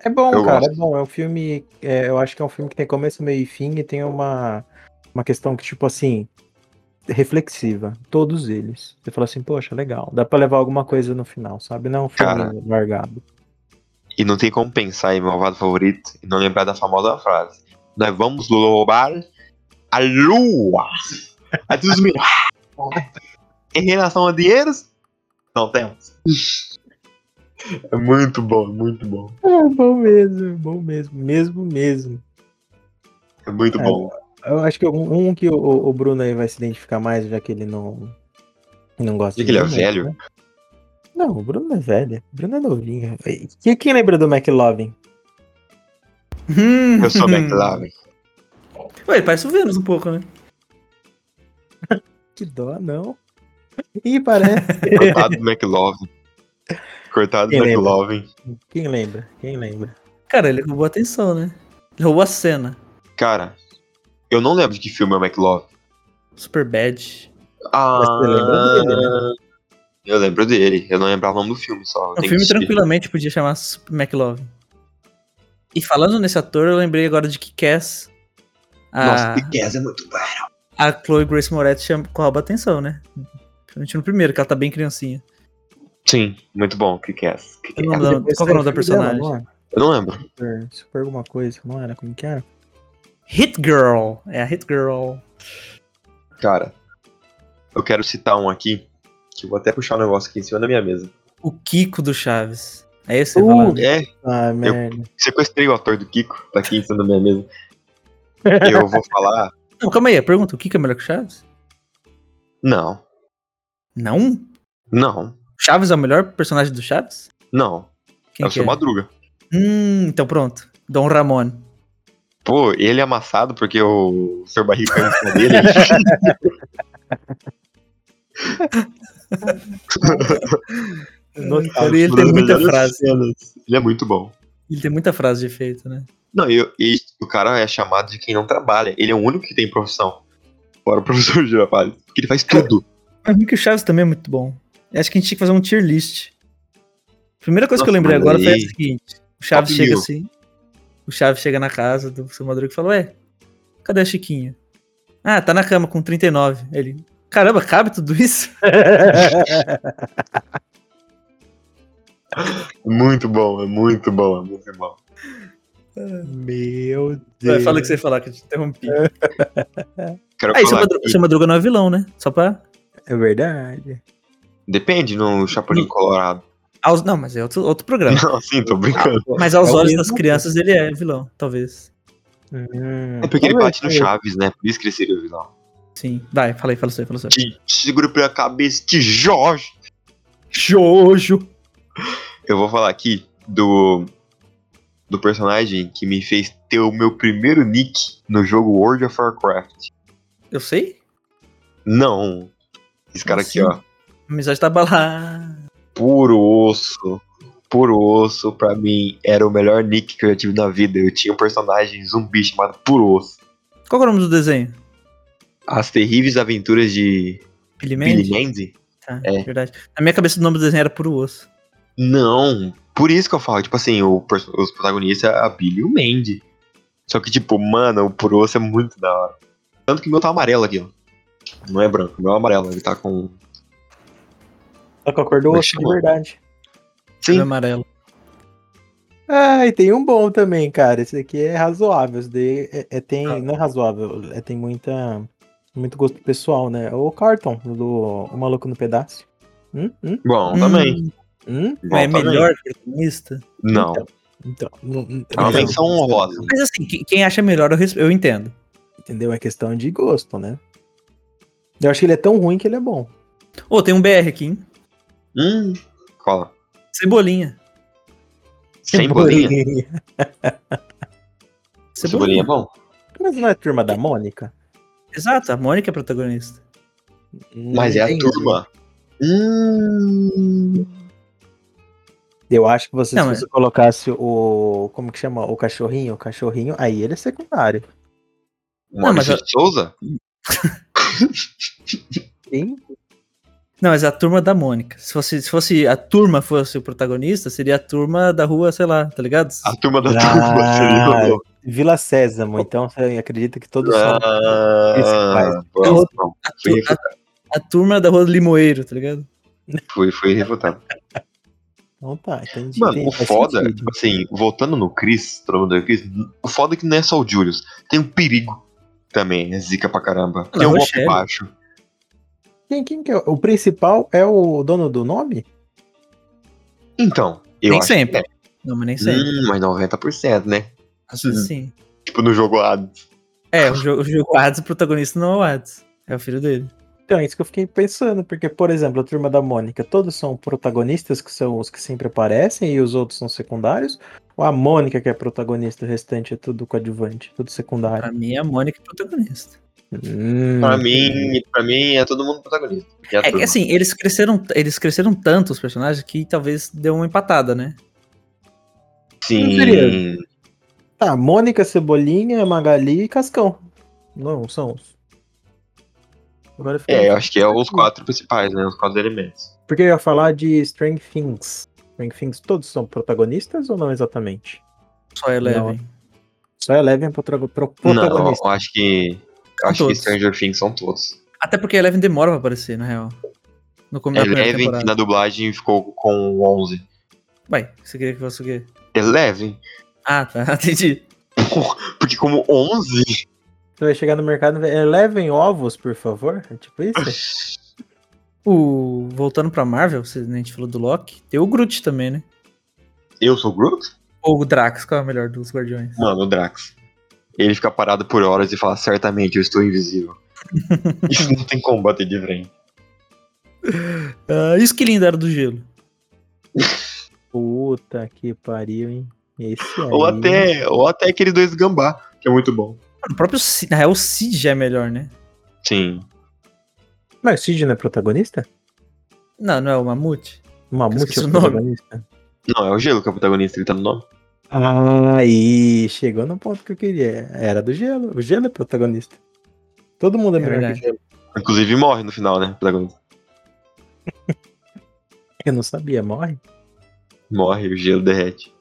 Speaker 2: É bom,
Speaker 3: Eu
Speaker 2: cara,
Speaker 3: gosto.
Speaker 2: é bom. É um filme. é, eu acho que é um filme que tem começo, meio e fim e tem uma, uma questão que, tipo assim, reflexiva. Todos eles. Você fala assim, poxa, legal. Dá pra levar alguma coisa no final, sabe? Não é um filme
Speaker 3: Cara.
Speaker 2: largado.
Speaker 3: E não tem como pensar em malvado favorito e não lembrar da famosa frase. Nós vamos roubar a lua. Aí todos me... em relação a dinheiros, não temos. É muito bom, muito bom.
Speaker 2: É bom mesmo, bom mesmo, mesmo mesmo.
Speaker 3: É muito
Speaker 2: É.
Speaker 3: bom.
Speaker 2: Eu acho que um, um que o, o Bruno aí vai se identificar mais, já que ele não, não gosta
Speaker 3: Já que ele é
Speaker 2: Bruno, né?
Speaker 3: velho?
Speaker 2: Não, o Bruno não é velho. O Bruno é novinho. E quem lembra do McLovin?
Speaker 3: Eu sou McLaren.
Speaker 1: Hum. Ué, ele parece o Vênus um pouco, né?
Speaker 2: Que dó, não. Ih, parece.
Speaker 3: Cortado do McLovin. Cortado do
Speaker 2: Quem lembra?
Speaker 3: McLovin.
Speaker 2: Quem lembra? Quem lembra?
Speaker 1: Cara, ele roubou a atenção, né? Ele roubou a cena.
Speaker 3: Cara, eu não lembro de que filme é o McLovin.
Speaker 1: Super bad.
Speaker 3: Ah,
Speaker 2: você lembra dele, né?
Speaker 3: eu lembro dele. Eu não lembrava o nome do filme
Speaker 2: É um
Speaker 3: só. eu
Speaker 1: O É um
Speaker 3: tenho
Speaker 1: filme
Speaker 3: que assistir.
Speaker 1: tranquilamente podia chamar Super McLove. E falando nesse ator, eu lembrei agora de Kick-Ass.
Speaker 3: Nossa,
Speaker 1: A,
Speaker 3: que Kick-Ass é muito bom.
Speaker 1: a Chloe Grace Moretz chama- rouba a atenção, né? Principalmente no primeiro, que ela tá bem criancinha.
Speaker 3: Sim, muito bom, Kick-Ass. Kick-Ass.
Speaker 1: Eu não lembro.
Speaker 2: Depois
Speaker 1: Qual que é o
Speaker 2: saiu
Speaker 1: nome da
Speaker 2: filme dela,
Speaker 1: personagem?
Speaker 2: não é?
Speaker 3: Eu não lembro.
Speaker 2: Super, super alguma coisa, não era? Como que era?
Speaker 1: Hit Girl. É a Hit Girl.
Speaker 3: Cara, eu quero citar um aqui, que eu vou até puxar um negócio aqui em cima da minha mesa.
Speaker 1: O Kiko do Chaves. É esse que
Speaker 2: Uh,
Speaker 1: você falando?
Speaker 3: É,
Speaker 2: Ah, merda.
Speaker 3: sequestrei o ator do Kiko, tá aqui em cima da minha mesa. Eu vou falar...
Speaker 1: Não, calma aí, a pergunta. O Kiko é melhor que o Chaves?
Speaker 3: Não,
Speaker 1: Não? O
Speaker 3: não,
Speaker 1: Chaves é o melhor personagem do Chaves?
Speaker 3: não.
Speaker 1: Quem
Speaker 3: é o
Speaker 1: que é?
Speaker 3: Seu Madruga.
Speaker 1: Hum, então pronto. Dom Ramon.
Speaker 3: Pô, ele é amassado porque o Sr. Barriga caiu em cima dele. Ah,
Speaker 2: Nossa,
Speaker 1: Cara, e ele tem
Speaker 3: Uma das
Speaker 1: muita
Speaker 3: melhores
Speaker 1: frase.
Speaker 3: cenas. Ele é muito bom.
Speaker 1: Ele tem muita frase de efeito, né?
Speaker 3: Não, e, e o cara é chamado de quem não trabalha. Ele é o único que tem profissão. Fora o professor Girafales. Porque ele faz tudo.
Speaker 1: Pra mim que o Chaves também é muito bom. Eu acho que a gente tinha que fazer um tier list. A primeira coisa que eu
Speaker 3: Nossa,
Speaker 1: lembrei
Speaker 3: mas
Speaker 1: agora foi a
Speaker 3: aí-
Speaker 1: seguinte. O Chaves
Speaker 3: Top
Speaker 1: chega
Speaker 3: mil.
Speaker 1: assim. O Chaves chega na casa do seu Madruga e fala, ué, cadê a Chiquinha? Ah, tá na cama com 39. Ele, caramba, cabe tudo isso?
Speaker 3: Muito bom, é muito bom, é muito bom.
Speaker 2: Meu
Speaker 1: Vai,
Speaker 3: É.
Speaker 2: Deus.
Speaker 1: Fala o que você ia falar, que eu te interrompi.
Speaker 3: Quero
Speaker 1: Aí, seu
Speaker 3: É, falar
Speaker 1: Madruga,
Speaker 3: aqui,
Speaker 1: seu Madruga não é vilão, né? Só pra...
Speaker 2: É verdade.
Speaker 3: Depende no Chapolin Colorado.
Speaker 1: aos- Não, mas é outro, outro programa.
Speaker 3: Não, sim, tô brincando.
Speaker 1: Mas aos
Speaker 2: É o
Speaker 1: olhos
Speaker 2: mesmo
Speaker 1: das crianças ele é vilão, talvez.
Speaker 2: Hum,
Speaker 3: É porque ele
Speaker 2: talvez,
Speaker 3: bate no
Speaker 2: talvez.
Speaker 3: Chaves, né? Por isso que ele seria o vilão.
Speaker 1: Sim. Vai, fala aí, fala isso aí, fala isso aí.
Speaker 3: Te seguro pela cabeça, te Jorge.
Speaker 1: Jojo!
Speaker 3: Eu vou falar aqui do. Do personagem que me fez ter o meu primeiro nick no jogo World of Warcraft.
Speaker 1: Eu sei?
Speaker 3: Não. Esse cara aqui,
Speaker 1: Assim?
Speaker 3: ó.
Speaker 1: A amizade tá abalada.
Speaker 3: Puro osso. Puro osso, pra mim, era o melhor nick que eu já tive na vida. Eu tinha um personagem zumbi chamado Puro Osso.
Speaker 1: Qual que é o nome do desenho?
Speaker 3: As terríveis aventuras de
Speaker 1: Billy
Speaker 3: Billy
Speaker 1: Mandy?
Speaker 3: Mandy?
Speaker 1: Tá,
Speaker 3: É.
Speaker 1: verdade. Na minha cabeça o nome do desenho era Puro Osso.
Speaker 3: Não. Por isso que eu falo, tipo assim, o, perso- os protagonistas é a Billy e o Mandy. Só que, tipo, mano, o Puro Osso é muito da hora. Tanto que o meu tá amarelo aqui, ó. Não é branco, o meu é amarelo. Ele tá com.
Speaker 2: Só que acordou
Speaker 3: Como é que
Speaker 2: osso de
Speaker 3: chama?
Speaker 2: verdade.
Speaker 1: Sim.
Speaker 3: Sim,
Speaker 1: amarelo.
Speaker 2: Ah, e tem um bom também, cara. Esse daqui é razoável. Esse daí é, é- tem,
Speaker 3: Ah.
Speaker 2: não é razoável, é, tem muita, muito gosto pessoal, né? O Carton, do O Maluco no Pedaço. Hum? Hum?
Speaker 3: bom também.
Speaker 1: Hum,
Speaker 2: Hum?
Speaker 3: Bom,
Speaker 1: mas é
Speaker 3: também.
Speaker 1: melhor que o protagonista?
Speaker 3: tá Não.
Speaker 2: Então, não- não-
Speaker 3: É uma
Speaker 2: então,
Speaker 3: menção honrosa.
Speaker 1: Mas assim, que- quem acha melhor, eu, res- eu entendo.
Speaker 2: entendeu? É questão de gosto, né? Eu acho que ele é tão ruim que ele é bom.
Speaker 1: Ô, tem um BR aqui, hein?
Speaker 3: Hum. Cola.
Speaker 1: Cebolinha.
Speaker 3: Sem bolinha? Sem bolinha é
Speaker 1: Cebolinha.
Speaker 3: bom.
Speaker 2: Mas não é a turma da Mônica?
Speaker 1: Exato, a Mônica é a protagonista.
Speaker 3: Mas é a
Speaker 2: Entendi.
Speaker 3: turma. Hum.
Speaker 2: Eu acho que você,
Speaker 1: Não,
Speaker 2: se
Speaker 1: mas-
Speaker 2: você colocasse o. Como que chama? O cachorrinho? O cachorrinho, aí ele é secundário.
Speaker 1: Não, mas
Speaker 3: Maurício de é Souza?
Speaker 2: Sim.
Speaker 1: Não, mas é a turma da Mônica. Se fosse, se fosse a turma fosse o protagonista, seria a turma da rua, sei lá, tá ligado?
Speaker 3: A turma da
Speaker 2: Ah,
Speaker 3: turma. seria o-
Speaker 2: Vila Sésamo, então você acredita que
Speaker 3: é.
Speaker 2: todos são.
Speaker 3: Ah, bom,
Speaker 1: Não,
Speaker 3: bom.
Speaker 1: A,
Speaker 3: Fui
Speaker 1: tu-
Speaker 3: refutado.
Speaker 1: a- a turma da rua do Limoeiro, tá ligado?
Speaker 3: Fui, fui refutado.
Speaker 2: Então tá, entendi.
Speaker 3: Mano,
Speaker 2: entendi,
Speaker 3: o
Speaker 2: faz
Speaker 3: foda,
Speaker 2: sentido.
Speaker 3: tipo assim, voltando no Chris, todo mundo é o Chris, o foda é que não é só o Julius. Tem o perigo também, é zica pra caramba. Tem um golpe
Speaker 1: Rochelle.
Speaker 3: baixo.
Speaker 2: Quem, quem que é? O principal é o dono do nome?
Speaker 3: Então, eu
Speaker 1: nem
Speaker 3: acho
Speaker 1: sempre.
Speaker 3: que é.
Speaker 1: Não, mas nem sempre.
Speaker 3: Hum, mas 90%, né?
Speaker 1: Às vezes sim.
Speaker 3: Tipo no jogo lá.
Speaker 1: É, o jogo, o jogo Hades, o protagonista não é o Hades. É o filho dele.
Speaker 2: Então, é isso que eu fiquei pensando, porque, por exemplo, a turma da Mônica, todos são protagonistas, que são os que sempre aparecem, e os outros são secundários? Ou a Mônica que é protagonista, o restante é tudo coadjuvante, tudo secundário?
Speaker 1: Pra mim, a Mônica é protagonista.
Speaker 2: Hum.
Speaker 3: Pra mim, pra mim é todo mundo protagonista. E a
Speaker 1: É que
Speaker 3: turma.
Speaker 1: assim, eles cresceram, eles cresceram tanto os personagens que talvez deu uma empatada, né?
Speaker 2: não
Speaker 3: Sim.
Speaker 2: seria. Tá, Mônica, Cebolinha, Magali e Cascão. Não, são os. Agora eu fiquei-
Speaker 3: É, eu acho que é os quatro principais, né? Os quatro elementos.
Speaker 2: Porque eu ia falar de Strange Things. Strange Things, todos são protagonistas ou não exatamente?
Speaker 1: Só Eleven.
Speaker 2: Só Eleven é protra- pro-
Speaker 3: Não,
Speaker 2: protagonista.
Speaker 3: eu acho que. eu acho que
Speaker 1: todos.
Speaker 3: Stranger Things são todos.
Speaker 1: Até porque Eleven demora pra aparecer, na real. No começo da é primeira
Speaker 3: Eleven, que
Speaker 1: temporada.
Speaker 3: na dublagem ficou com 11.
Speaker 1: Ué, você queria que fosse o quê?
Speaker 3: Eleven?
Speaker 1: Ah, tá, entendi.
Speaker 3: Porque como 11?
Speaker 2: Você vai chegar no mercado e vai, Eleven ovos, por favor? É tipo isso?
Speaker 1: O... Voltando pra Marvel, você, né, a gente falou do Loki, tem o Groot também, né?
Speaker 3: Eu sou o Groot?
Speaker 1: Ou o Drax, qual é o melhor dos Guardiões?
Speaker 3: Mano, o Drax. Ele fica parado por horas e fala, certamente, eu estou invisível. Isso não tem como bater de frente.
Speaker 1: Ah, e o Esquilinho da Era do Gelo?
Speaker 2: Puta que pariu, hein? Esse aí.
Speaker 3: Ou até, ou até aquele dois gambá, que é muito bom.
Speaker 1: Mano, o próprio Cid, na real, o Cid já é melhor, né?
Speaker 3: Sim.
Speaker 2: Mas o Cid não é protagonista?
Speaker 1: Não, não é o Mamute?
Speaker 2: O Mamute
Speaker 1: Esqueci
Speaker 2: é
Speaker 1: o
Speaker 2: o
Speaker 1: nome.
Speaker 2: protagonista?
Speaker 3: Não, é o gelo que é o protagonista, ele tá no nome.
Speaker 2: Aí, Ah, chegou no ponto que eu queria. Era do gelo. O gelo é protagonista. Todo mundo é
Speaker 1: É
Speaker 2: melhor
Speaker 1: verdade.
Speaker 2: que o gelo.
Speaker 3: Inclusive morre no final, né? O protagonista.
Speaker 2: Eu não sabia, morre.
Speaker 3: Morre, o gelo derrete.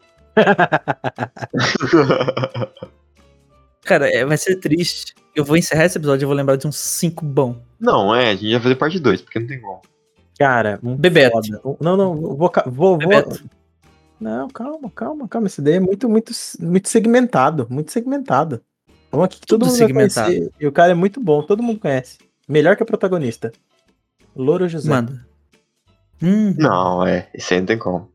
Speaker 1: Cara, é, vai ser triste. Eu vou encerrar esse episódio e vou lembrar de uns cinco bom.
Speaker 3: não, é, a gente vai fazer parte 2, porque não tem como.
Speaker 2: Cara, um
Speaker 1: Bebeto.
Speaker 2: foda. Um- Não, não, vou, ca- vou, vou.
Speaker 1: Bebeto.
Speaker 2: Não, calma, calma, calma. Esse daí é muito, muito, muito segmentado, muito segmentado. Vamos aqui que todo
Speaker 1: Tudo
Speaker 2: mundo
Speaker 1: segmentado.
Speaker 2: vai conhecer. E o cara é muito bom, todo mundo conhece. Melhor que a protagonista. Louro
Speaker 3: é.
Speaker 2: José.
Speaker 1: Manda. Hum,
Speaker 3: Não, é, isso aí não tem como.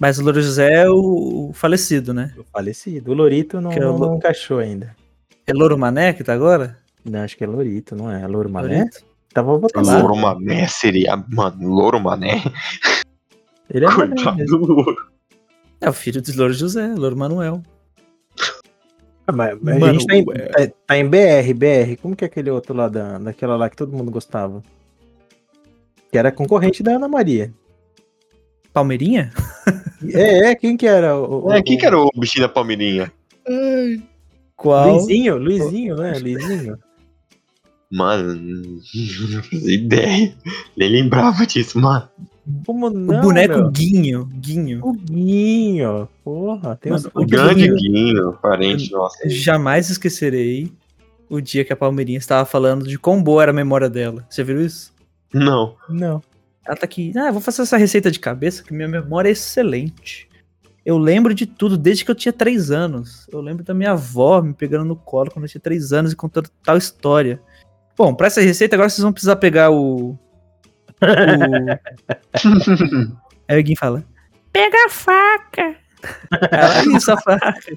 Speaker 1: mas o Louro José é o, o falecido, né?
Speaker 2: o Falecido. O Lourito não,
Speaker 1: Que é o
Speaker 2: não,
Speaker 1: Lou-
Speaker 2: não encaixou ainda.
Speaker 1: É Louro Mané que tá agora?
Speaker 2: Não, acho que é Lourito, não é? É Louro Mané? Tá,
Speaker 1: Lourito?
Speaker 2: Tava
Speaker 1: Tá
Speaker 2: votando.
Speaker 3: Louro Mané seria. Mano, Louro Mané.
Speaker 2: Ele é Mané
Speaker 3: Coitado
Speaker 2: mesmo.
Speaker 3: do Louro.
Speaker 1: É o filho de Louro José, Louro Manuel.
Speaker 2: Ah, Mas, mas a
Speaker 1: Mano,
Speaker 2: gente tá em,
Speaker 1: é-
Speaker 2: tá- tá em BR, BR. Como que é aquele outro lá da, daquela lá que todo mundo gostava? Que era concorrente da Ana Maria.
Speaker 1: Palmeirinha?
Speaker 2: É, é, quem que era? O,
Speaker 1: Tá
Speaker 2: o-
Speaker 3: É, quem que era o bichinho da Palmeirinha?
Speaker 1: Qual?
Speaker 2: Luizinho, Luizinho, né? Luizinho.
Speaker 3: Mano, não fazia ideia. Nem lembrava disso, mano.
Speaker 2: Como
Speaker 1: O
Speaker 2: não?
Speaker 1: boneco
Speaker 2: meu?
Speaker 1: Guinho. Guinho.
Speaker 2: O Guinho. Porra, tem um
Speaker 1: Mano,
Speaker 2: uns-
Speaker 1: o
Speaker 3: O grande
Speaker 1: Guinho.
Speaker 3: Guinho, parente nosso.
Speaker 1: Jamais esquecerei o dia que a Palmeirinha estava falando de quão boa era a memória dela. Você viu isso?
Speaker 3: Não.
Speaker 2: Não.
Speaker 1: Ela tá aqui. Ah, vou fazer essa receita de cabeça, que minha memória é excelente. Eu lembro de tudo desde que eu tinha três anos. Eu lembro da minha avó me pegando no colo quando eu tinha três anos e contando tal história. Bom, pra essa receita agora vocês vão precisar pegar o. o Aí alguém fala: Pega a faca! Ela, Isso, a faca.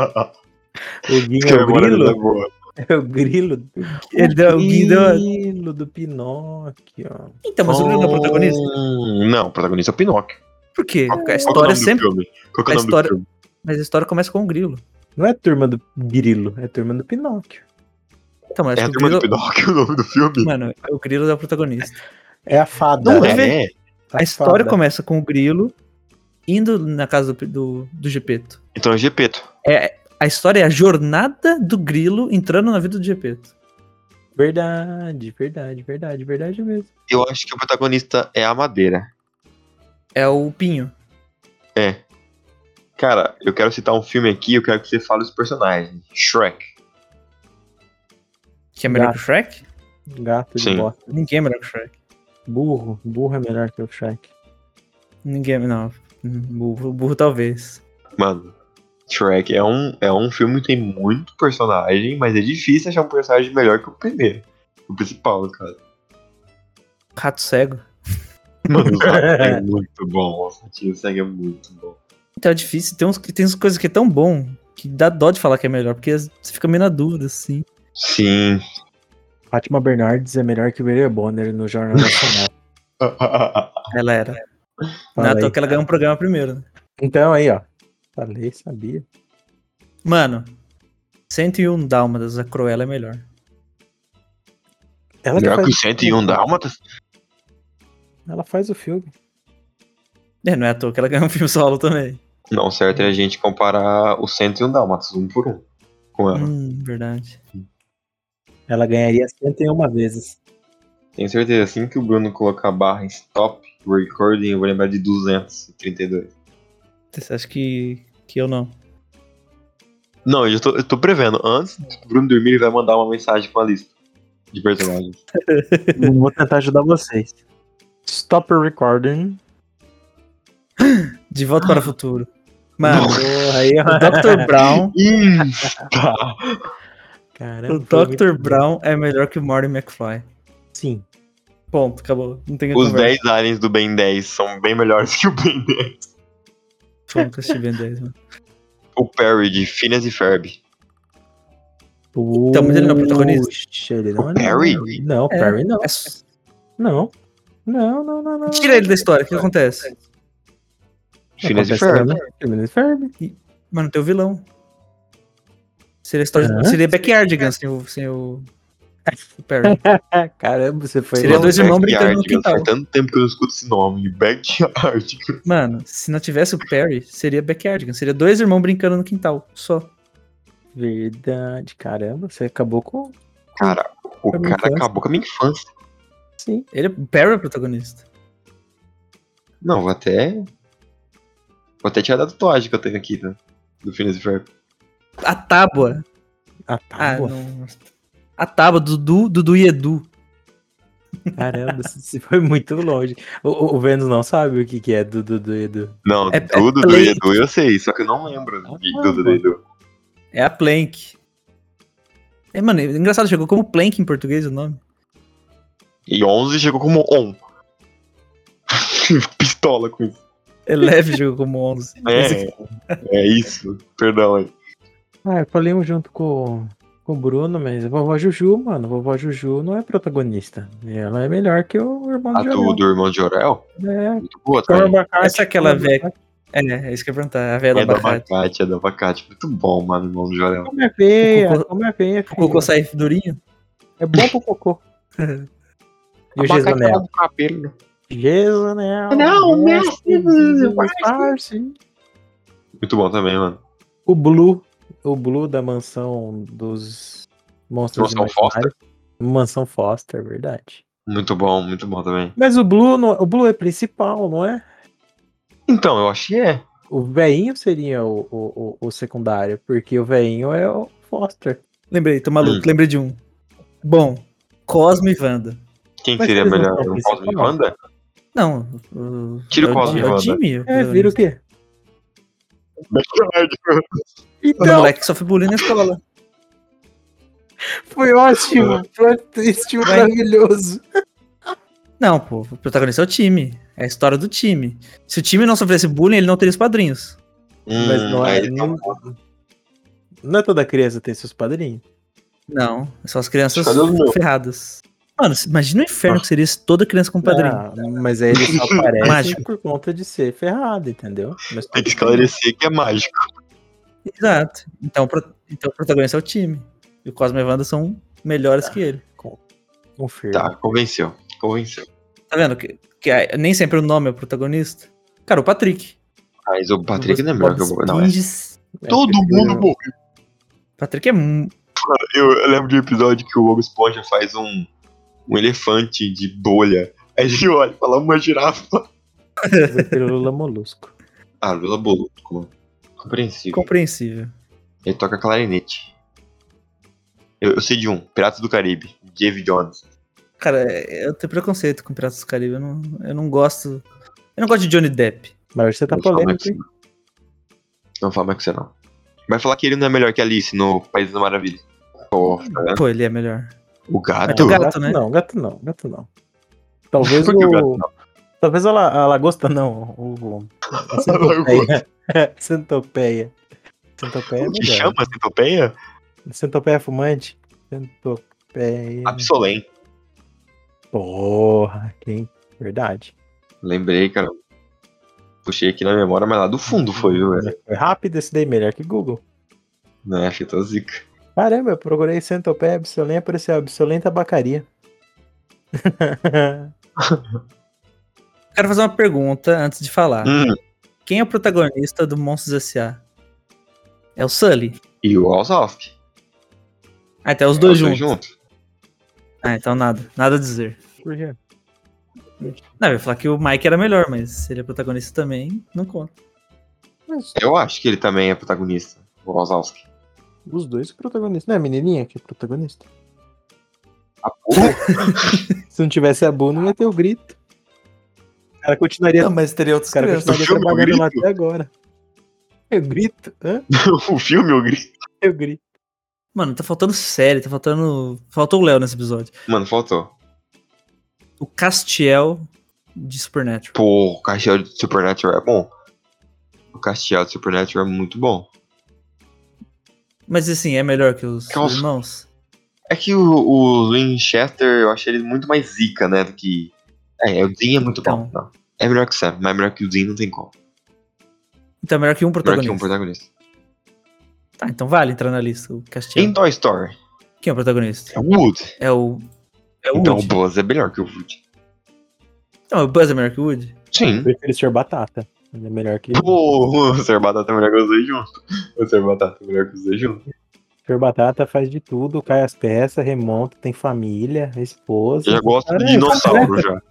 Speaker 2: O Guinho é o
Speaker 3: Memória da
Speaker 2: grilo.
Speaker 3: boa.
Speaker 2: É o grilo. É
Speaker 1: Ele deu, o Gui deu. a-
Speaker 2: grilo do Pinóquio.
Speaker 1: Então, mas o Bruno
Speaker 3: Oh.
Speaker 1: é o protagonista?
Speaker 3: Hum, Não, o protagonista é o Pinóquio.
Speaker 1: Por quê?
Speaker 3: Qual-
Speaker 1: A
Speaker 3: qual que é o
Speaker 1: história
Speaker 3: nome do
Speaker 1: sempre.
Speaker 3: filme? Qual que
Speaker 1: a
Speaker 3: é o nome
Speaker 1: história-
Speaker 3: do filme?
Speaker 1: Mas a história começa com o grilo.
Speaker 2: Não é turma do grilo, é turma do Pinóquio.
Speaker 1: Então, mas
Speaker 3: É a
Speaker 1: o
Speaker 3: turma do
Speaker 1: grilo.
Speaker 3: Pinóquio o nome do filme?
Speaker 1: Mano, o grilo é o protagonista.
Speaker 2: É a fada.
Speaker 3: Não
Speaker 1: Não, é.
Speaker 3: é?
Speaker 2: Tá
Speaker 1: A história
Speaker 2: fada.
Speaker 1: começa com o grilo indo na casa do, do, do Gepeto.
Speaker 3: Então é o Gepeto.
Speaker 1: A história é a jornada do grilo entrando na vida do Gepeto.
Speaker 2: Verdade, verdade, verdade, verdade mesmo.
Speaker 3: Eu acho que o protagonista é a Madeira.
Speaker 1: É o Pinho.
Speaker 3: É. Cara, eu quero citar um filme aqui, eu quero que você fale os personagens. Shrek.
Speaker 1: Que é melhor
Speaker 2: Gato.
Speaker 1: que o Shrek?
Speaker 2: Gato de
Speaker 3: Sim.
Speaker 2: bosta.
Speaker 1: Ninguém é melhor que o Shrek.
Speaker 2: Burro. Burro é melhor que o Shrek.
Speaker 1: Ninguém é. Não. Burro, burro talvez.
Speaker 3: Mano, Shrek é um, é um filme que tem muito personagem, mas é difícil achar um personagem melhor que o primeiro. O principal, no caso.
Speaker 1: Rato cego.
Speaker 3: Mano, o Zack é muito bom. O Tio Segue é muito bom.
Speaker 1: Então é difícil. Tem uns, que- tem uns coisas que é tão bom que dá dó de falar que é melhor, porque você fica meio na dúvida, assim.
Speaker 3: Sim.
Speaker 2: Fátima Bernardes é melhor que o William Bonner no Jornal Nacional.
Speaker 1: Ela era.
Speaker 2: É, Fala
Speaker 1: Na toa
Speaker 2: aí.
Speaker 1: que ela ganhou um programa primeiro, né?
Speaker 2: Então aí, ó. Falei, sabia.
Speaker 1: Mano, 101 Dálmadas, a Cruella é melhor.
Speaker 2: Ela que
Speaker 3: Melhor que o
Speaker 2: faz,
Speaker 3: 101 Dálmatas?
Speaker 2: ela faz o filme.
Speaker 1: É, não é à toa que ela ganhou um filme solo também.
Speaker 3: Não, certo é a gente comparar o 101 Dálmatas, um por um, com ela.
Speaker 1: Hum, verdade.
Speaker 2: Ela ganharia 101 vezes.
Speaker 3: Tenho certeza, assim que o Bruno colocar a barra em stop, recording, eu vou lembrar de 232.
Speaker 1: Você acha que, que eu não?
Speaker 3: Não, eu já tô, eu tô prevendo. Antes do Bruno dormir, ele vai mandar uma mensagem com a lista de personagens.
Speaker 2: Eu Vou tentar ajudar vocês. Stop recording.
Speaker 1: De
Speaker 2: Ah.
Speaker 1: Volta para o Futuro. Mano,
Speaker 2: Porra, aí,
Speaker 1: o
Speaker 2: ó.
Speaker 1: Dr. Brown,
Speaker 3: Ih, tá.
Speaker 2: Caramba,
Speaker 1: o
Speaker 2: Né, foi muito
Speaker 1: Dr.
Speaker 2: bom.
Speaker 1: Brown é melhor que o Marty McFly.
Speaker 2: Sim.
Speaker 1: Ponto, acabou. Não tem
Speaker 3: Os
Speaker 1: conversa.
Speaker 3: 10 aliens do Ben 10 são bem melhores que o Ben 10.
Speaker 1: Eu nunca estive em 10, mano.
Speaker 3: O Perry de Phineas e Ferb.
Speaker 1: Então, mas ele não é protagonista?
Speaker 2: Puxa, ele não é.
Speaker 3: O Perry?
Speaker 2: Não, o
Speaker 1: É.
Speaker 2: Perry não.
Speaker 1: É s-
Speaker 2: Não. Não, não, não, não.
Speaker 1: Tira ele da história, o que acontece?
Speaker 3: Phineas e
Speaker 2: Acontece
Speaker 3: Ferb.
Speaker 2: nada. Phineas e Ferb.
Speaker 1: Mano, tem o vilão. Seria, a história,
Speaker 2: Hã?
Speaker 1: seria Backyardigans sem o, sem o, o Perry.
Speaker 2: Ah, Caramba, você foi.
Speaker 3: é
Speaker 1: Seria
Speaker 2: longe.
Speaker 3: um
Speaker 1: é dois irmãos brincando no
Speaker 3: Backyardigans,
Speaker 1: quintal.
Speaker 3: Faz tanto tempo que eu não escuto esse nome. Backyard.
Speaker 1: Mano, se não tivesse o Perry, seria Backyardigans. Seria dois irmãos brincando no quintal, só.
Speaker 2: Verdade, caramba, você acabou com.
Speaker 3: Cara, o
Speaker 2: Foi minha
Speaker 3: cara
Speaker 2: infância.
Speaker 3: acabou com a minha infância.
Speaker 2: Sim.
Speaker 1: Ele, o Perry é o protagonista.
Speaker 3: Não, vou até. Vou até tirar da tatuagem que eu tenho aqui, né? Do Phineas e Ferb.
Speaker 1: A tábua.
Speaker 2: A
Speaker 1: Ah,
Speaker 2: tábua.
Speaker 1: não. A tábua, Dudu, Dudu e Edu.
Speaker 2: caramba, você- você foi muito longe. O, o- o Vênus não sabe o que, que é do Dudu Edu.
Speaker 3: Não,
Speaker 1: É- é
Speaker 3: tudo do
Speaker 1: play.
Speaker 3: Edu eu sei, só que eu não lembro de
Speaker 2: Ah,
Speaker 3: tudo do
Speaker 2: mano.
Speaker 3: Edu.
Speaker 1: É a Plank. É, mano, é engraçado, chegou como Plank em português o nome.
Speaker 3: E 11 chegou como on. Pistola com isso.
Speaker 1: Eleve chegou É como 11.
Speaker 3: É, é isso. Perdão aí.
Speaker 2: Ah, eu falei um junto com, com o Bruno, mas a vovó Juju, mano, a vovó Juju não é protagonista. Ela é melhor que o irmão
Speaker 3: A
Speaker 2: do
Speaker 3: do,
Speaker 2: Jorel.
Speaker 3: do irmão de Jorel?
Speaker 2: É,
Speaker 3: Muito boa tá?
Speaker 2: Cor
Speaker 3: também.
Speaker 2: abacate,
Speaker 1: Essa é aquela
Speaker 2: cor abacate.
Speaker 1: velha. É, é isso que eu ia perguntar. A velha do
Speaker 3: É do
Speaker 1: abacate.
Speaker 3: abacate, é do abacate. Muito bom, mano, irmão do Jorel.
Speaker 2: Como é feia,
Speaker 1: O cocô-
Speaker 2: como é feia. É
Speaker 1: O cocô
Speaker 2: filho.
Speaker 1: sai durinho?
Speaker 2: É bom pro cocô.
Speaker 1: E o Jesus
Speaker 2: Anel.
Speaker 3: do cabelo.
Speaker 2: Jesus, né?
Speaker 3: Não, mestre do-
Speaker 2: Disfarce.
Speaker 3: Muito bom também, mano.
Speaker 2: O Blue. O Blue da mansão dos monstros
Speaker 3: Mansão
Speaker 2: imaginários. Mansão Foster, verdade.
Speaker 3: Muito bom, muito bom também.
Speaker 2: Mas o Blue, não- o Blue é principal, não é?
Speaker 3: Então, eu acho que é.
Speaker 2: O veinho seria o, o, o, o secundário, porque o veinho é o Foster.
Speaker 1: Lembrei, tô
Speaker 3: Hum.
Speaker 1: maluco, lembrei de um. Bom, Cosmo e Wanda.
Speaker 3: Quem que
Speaker 2: Mas
Speaker 3: seria
Speaker 2: eles não
Speaker 3: melhor?
Speaker 2: são
Speaker 3: O Cosmo e
Speaker 2: principal.
Speaker 3: Wanda?
Speaker 1: Não, o,
Speaker 3: Tira o
Speaker 1: é
Speaker 3: Cosmo e
Speaker 1: é
Speaker 3: Wanda.
Speaker 1: Jimmy.
Speaker 2: É, vira o quê?
Speaker 3: Verdade.
Speaker 1: O
Speaker 2: Então,
Speaker 1: moleque que sofre bullying na escola.
Speaker 2: foi ótimo. Plot twist maravilhoso.
Speaker 1: Não, pô, o protagonista é o time. É a história do time. Se o time não sofresse bullying, ele não teria os padrinhos.
Speaker 3: Hum,
Speaker 2: Mas não é.
Speaker 3: aí eles
Speaker 2: nem- Não é toda criança tem seus padrinhos.
Speaker 1: Não, são as crianças
Speaker 3: Cadê o meu? Ah.
Speaker 1: ferradas. Mano, se- imagina o inferno que seria se toda criança com um padrinho.
Speaker 2: Ah, mas aí ele só aparece
Speaker 1: Mágico.
Speaker 2: por conta de ser ferrado, entendeu? Mas
Speaker 3: Tem que esclarecer que é mágico.
Speaker 1: Exato. Então, o pro- então o protagonista é o time. E o Cosmo e Wanda são melhores que ele.
Speaker 2: confirma.
Speaker 3: Tá, convenceu. Convenceu.
Speaker 1: Tá vendo? Que, que a- nem sempre o nome é o protagonista. Cara, o Patrick.
Speaker 3: Mas o Patrick não é melhor que o. Não, é.
Speaker 1: Spinges.
Speaker 2: É,
Speaker 3: Todo
Speaker 2: porque-
Speaker 3: mundo morreu.
Speaker 1: Patrick é. mu-
Speaker 3: Eu, eu lembro de um episódio que o Bob Esponja faz um, um elefante de bolha. Aí a gente olha, e fala uma girafa.
Speaker 2: Mas é Pílula molusco.
Speaker 3: Ah, Lula Boluco, mano. Compreensível.
Speaker 1: compreensível.
Speaker 3: Ele toca clarinete. Eu, eu sei de um, Piratas do Caribe, Dave Jones.
Speaker 1: Cara, é- eu tenho preconceito com Piratas do Caribe. Eu não, eu não gosto. Eu não gosto de Johnny Depp.
Speaker 2: Mas hoje você tá
Speaker 3: Não fala mais
Speaker 2: polêmico,
Speaker 3: que
Speaker 2: hein?
Speaker 3: você não. Não fala mais que você não. Vai falar que ele não é melhor que Alice no País da Maravilha. Pô, tá vendo?
Speaker 1: Pô, ele é melhor.
Speaker 3: o
Speaker 1: Mas tem
Speaker 3: gato.
Speaker 1: o gato, né?
Speaker 2: Não, Hum. gato não, gato não. Talvez
Speaker 3: Por que o gato
Speaker 2: o. Talvez a, la- a lagosta não. O, o- a centopeia. centopeia. Centopeia é
Speaker 3: Como que
Speaker 2: melhor.
Speaker 3: chama? assim, Centopeia?
Speaker 2: Centopeia fumante. Centopeia.
Speaker 3: Absolém.
Speaker 2: Porra, quem? Verdade.
Speaker 3: Lembrei, cara. Puxei aqui na memória, mas lá do fundo foi, viu, velho?
Speaker 2: Foi rápido esse daí, melhor que Google.
Speaker 3: Né, achei tô zica.
Speaker 2: Caramba, eu procurei centopeia, absolém, apareceu absolém tabacaria.
Speaker 1: Quero fazer uma pergunta antes de falar.
Speaker 3: Hum,
Speaker 1: Quem é o protagonista do Monstros S.A.? É o Sully.
Speaker 3: e o Alzoff.
Speaker 1: Ah, até os
Speaker 3: É
Speaker 1: dois juntos. Ah, então nada. Nada a dizer.
Speaker 2: Por quê?
Speaker 1: Não, eu ia falar que o Mike era melhor, mas se ele é protagonista também, não conta.
Speaker 2: Mas
Speaker 3: Eu acho que ele também é protagonista, o Ozalski.
Speaker 2: os dois protagonistas. Não é a menininha que é protagonista?
Speaker 3: A porra?
Speaker 2: Se não tivesse a Bu, não ia ter o grito. O cara continuaria, o
Speaker 1: mas teria outros
Speaker 2: cara
Speaker 3: crianças.
Speaker 2: continuaria
Speaker 3: Chama o
Speaker 2: trabalhando lá
Speaker 3: grito.
Speaker 2: até agora. Eu grito? Hã?
Speaker 3: o filme, o grito.
Speaker 2: Eu grito.
Speaker 1: Mano, tá faltando série, tá faltando. Faltou o Léo nesse episódio.
Speaker 3: Mano, faltou.
Speaker 1: O Castiel de Supernatural.
Speaker 3: Pô, o Castiel de Supernatural é bom. O Castiel de Supernatural é muito bom.
Speaker 1: Mas assim, é melhor que os
Speaker 3: Que os-
Speaker 1: irmãos?
Speaker 3: É que o, o Winchester, eu achei ele muito mais zica, né, do que... É, o Dean é muito bom. não. É melhor que o Sam, mas melhor que o Dean não tem como.
Speaker 1: Então é melhor que um
Speaker 3: Melhor que
Speaker 1: protagonista.
Speaker 3: um protagonista.
Speaker 1: Tá, então vale entrar na lista. O Castiel.
Speaker 3: Em Toy Story,
Speaker 1: Quem é o protagonista?
Speaker 3: é o Wood.
Speaker 1: É o. É o
Speaker 3: então
Speaker 1: Woody.
Speaker 3: o Buzz é melhor que o Wood.
Speaker 1: Não, é o Buzz é melhor que o Woody?
Speaker 3: Sim.
Speaker 2: Eu prefiro ser batata. Ele é melhor que.
Speaker 3: Pô, o Sr. Batata é melhor que os dois juntos. O Sr. Batata é melhor que os dois juntos.
Speaker 2: Senhor Batata faz de tudo, cai as peças, remonta, tem família, esposa.
Speaker 3: Eu já gosto de
Speaker 2: Cara, é-
Speaker 3: dinossauro, já.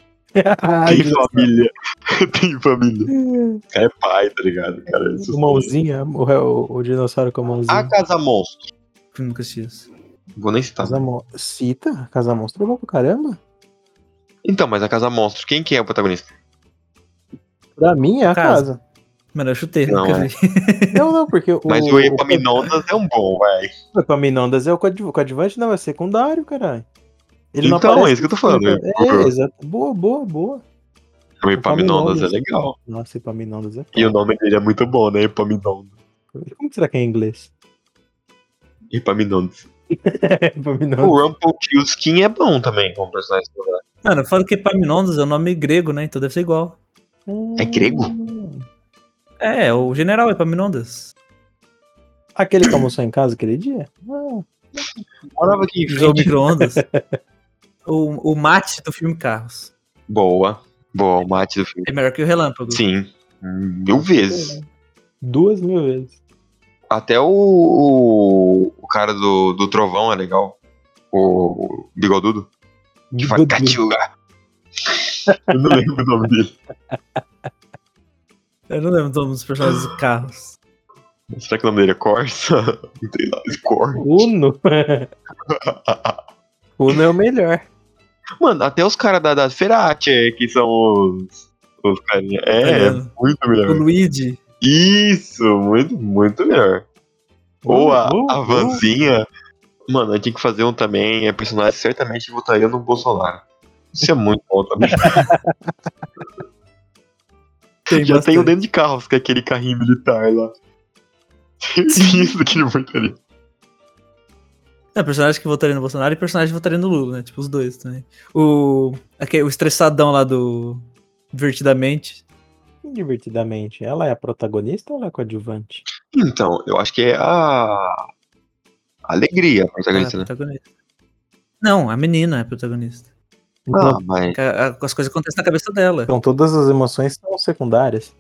Speaker 2: Ah,
Speaker 3: Tem
Speaker 2: dinossauro. Hum.
Speaker 3: família. Tem família. O cara é pai, tá ligado? O Cara, é
Speaker 2: Com
Speaker 3: sus-
Speaker 2: mãozinha, o, o- o dinossauro com a mãozinha.
Speaker 3: a Casa Monstro.
Speaker 1: Que eu nunca assisti isso.
Speaker 3: Vou nem citar.
Speaker 2: Casa Mon- Cita? Casa Monstro é bom pra caramba.
Speaker 3: Então, mas a Casa Monstro, quem que é o protagonista?
Speaker 2: Pra mim é a
Speaker 1: Casa.
Speaker 2: casa.
Speaker 1: Mano, eu chutei,
Speaker 3: Não,
Speaker 1: nunca
Speaker 3: é.
Speaker 1: vi.
Speaker 2: Não, não, porque o.
Speaker 3: Mas o Epaminondas é um bom, velho.
Speaker 2: O Epaminondas é o coadju- coadjuvante, não, é secundário, caralho.
Speaker 3: Então, é isso que eu tô falando.
Speaker 2: É, exato. Boa, boa, boa.
Speaker 3: O Epaminondas é legal.
Speaker 2: Nossa, Epaminondas é.
Speaker 3: E o nome dele é muito bom, né? Epaminondas.
Speaker 2: foda. Como será que é em inglês?
Speaker 3: Epaminondas.
Speaker 4: É,
Speaker 2: Epaminondas.
Speaker 3: O Rumpelstiltskin é bom também como personagem. secundário.
Speaker 1: Mano, eu falo que Epaminondas é o nome grego, né? Então deve ser igual.
Speaker 3: É grego?
Speaker 1: É, o general Epaminondas.
Speaker 2: Aquele que almoçou em casa aquele dia? Ah,
Speaker 3: Morava aqui em
Speaker 1: Usou o
Speaker 3: frente.
Speaker 1: micro-ondas. O, o mate do filme Carros.
Speaker 3: Boa. Boa, o mate do filme.
Speaker 1: É melhor que o Relâmpago.
Speaker 3: Sim. Mil vezes.
Speaker 4: Duas mil vezes.
Speaker 3: Até o, o, o cara do, do Trovão é legal. O, o Bigodudo. Que faz Catiuga. Eu não lembro o nome dele.
Speaker 1: Eu não lembro o nome dos personagens do Carros.
Speaker 3: Será que o nome dele é Corsa? Não tem nada de Corsa.
Speaker 4: Uno. Uno é o melhor.
Speaker 3: Mano, até os caras da, da Ferati é, que são os. Os carinha. É, é
Speaker 1: Italiano.
Speaker 3: muito
Speaker 1: O
Speaker 3: melhor.
Speaker 1: Luigi.
Speaker 3: Isso, muito, muito melhor. Ou a, a Vanzinha. Mano, eu tinha que fazer um também. É personagem certamente votaria no Bolsonaro. Isso é muito bom também.
Speaker 1: Tem
Speaker 3: Já tem o
Speaker 1: bastante.
Speaker 3: dentro de carros, que é aquele carrinho militar lá. Isso que ele votaria.
Speaker 1: É, personagem que votaria no Bolsonaro e personagem que votaria no Lula, né? Tipo, os dois também. O, aquele, o estressadão lá do Divertidamente.
Speaker 4: Divertidamente. Ela é a protagonista ou ela é a coadjuvante?
Speaker 3: Então, eu acho que é a. Alegria, a protagonista,
Speaker 1: Ah,
Speaker 3: né?
Speaker 1: protagonista. Não, a menina é a protagonista.
Speaker 3: Ah, mas.
Speaker 1: Que a- a- as coisas acontecem na cabeça dela.
Speaker 4: Então todas as emoções são secundárias.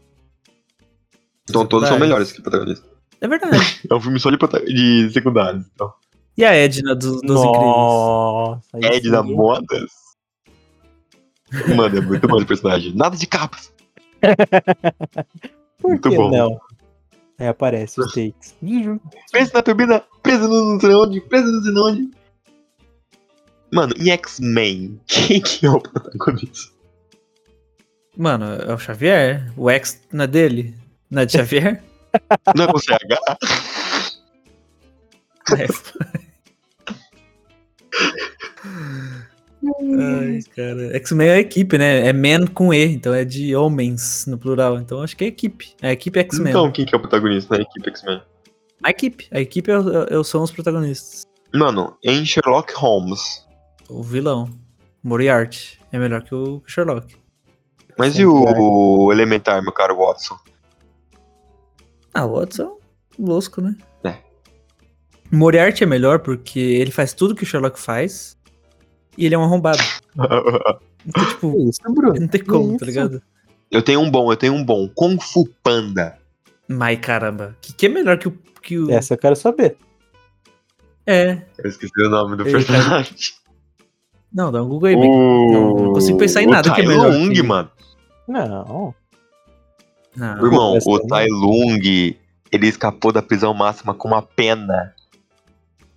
Speaker 3: Então todos são
Speaker 1: Secundários.
Speaker 3: melhores que protagonistas.
Speaker 1: É verdade.
Speaker 3: É um filme só de, prota- de secundários. Então.
Speaker 1: E a Edna dos, dos incríveis.
Speaker 4: Nossa, aí
Speaker 3: Ed da
Speaker 4: sim.
Speaker 3: Modas. Mano, é muito bom de personagem. Nada de capas.
Speaker 4: Por
Speaker 3: Muito
Speaker 4: que
Speaker 3: bom.
Speaker 4: não? Aí aparece os takes.
Speaker 3: Presa na turbina, presa no não sei onde, presa no não sei onde. Mano, em X-Men, quem que é o protagonista?
Speaker 1: Mano, é o Xavier. O ex não é dele? Não é de Xavier?
Speaker 3: Não é com CH?
Speaker 1: É. Ai, cara. X-Men é a equipe, né? É men com E, então é de homens no plural. Então acho que é equipe. É a equipe X-Men.
Speaker 3: Então, quem que é o protagonista na equipe X-Men?
Speaker 1: A equipe. A equipe é eu, eu, eu sou os protagonistas.
Speaker 3: Mano, em Sherlock Holmes.
Speaker 1: O vilão. Moriarty. É melhor que o Sherlock.
Speaker 3: Mas
Speaker 4: Sim,
Speaker 3: e o Elementar, meu caro Watson?
Speaker 1: Ah, o Watson é um louco, né?
Speaker 3: É.
Speaker 1: Moriarty é melhor porque ele faz tudo que o Sherlock faz e ele é um arrombado. Então,
Speaker 4: Que
Speaker 1: tipo,
Speaker 4: É isso, Bruno?
Speaker 1: não tem como,
Speaker 4: isso?
Speaker 1: tá ligado?
Speaker 3: eu tenho um bom, eu tenho um bom. Kung Fu Panda.
Speaker 1: Mas caramba, o que, que é melhor que o. Que o...
Speaker 4: Essa eu quero saber.
Speaker 1: É.
Speaker 3: Eu esqueci o nome do
Speaker 1: Ele tá-
Speaker 3: personagem.
Speaker 1: Não, dá um Google aí, bem.
Speaker 3: O...
Speaker 1: Não, não consigo pensar em
Speaker 3: o
Speaker 1: nada que é
Speaker 3: Tai
Speaker 1: melhor
Speaker 3: Lung,
Speaker 1: que-
Speaker 3: mano.
Speaker 4: Não.
Speaker 1: Não.
Speaker 3: Irmão,
Speaker 4: Essa
Speaker 3: o
Speaker 4: aí.
Speaker 3: Tai Lung, ele escapou da prisão máxima com uma pena.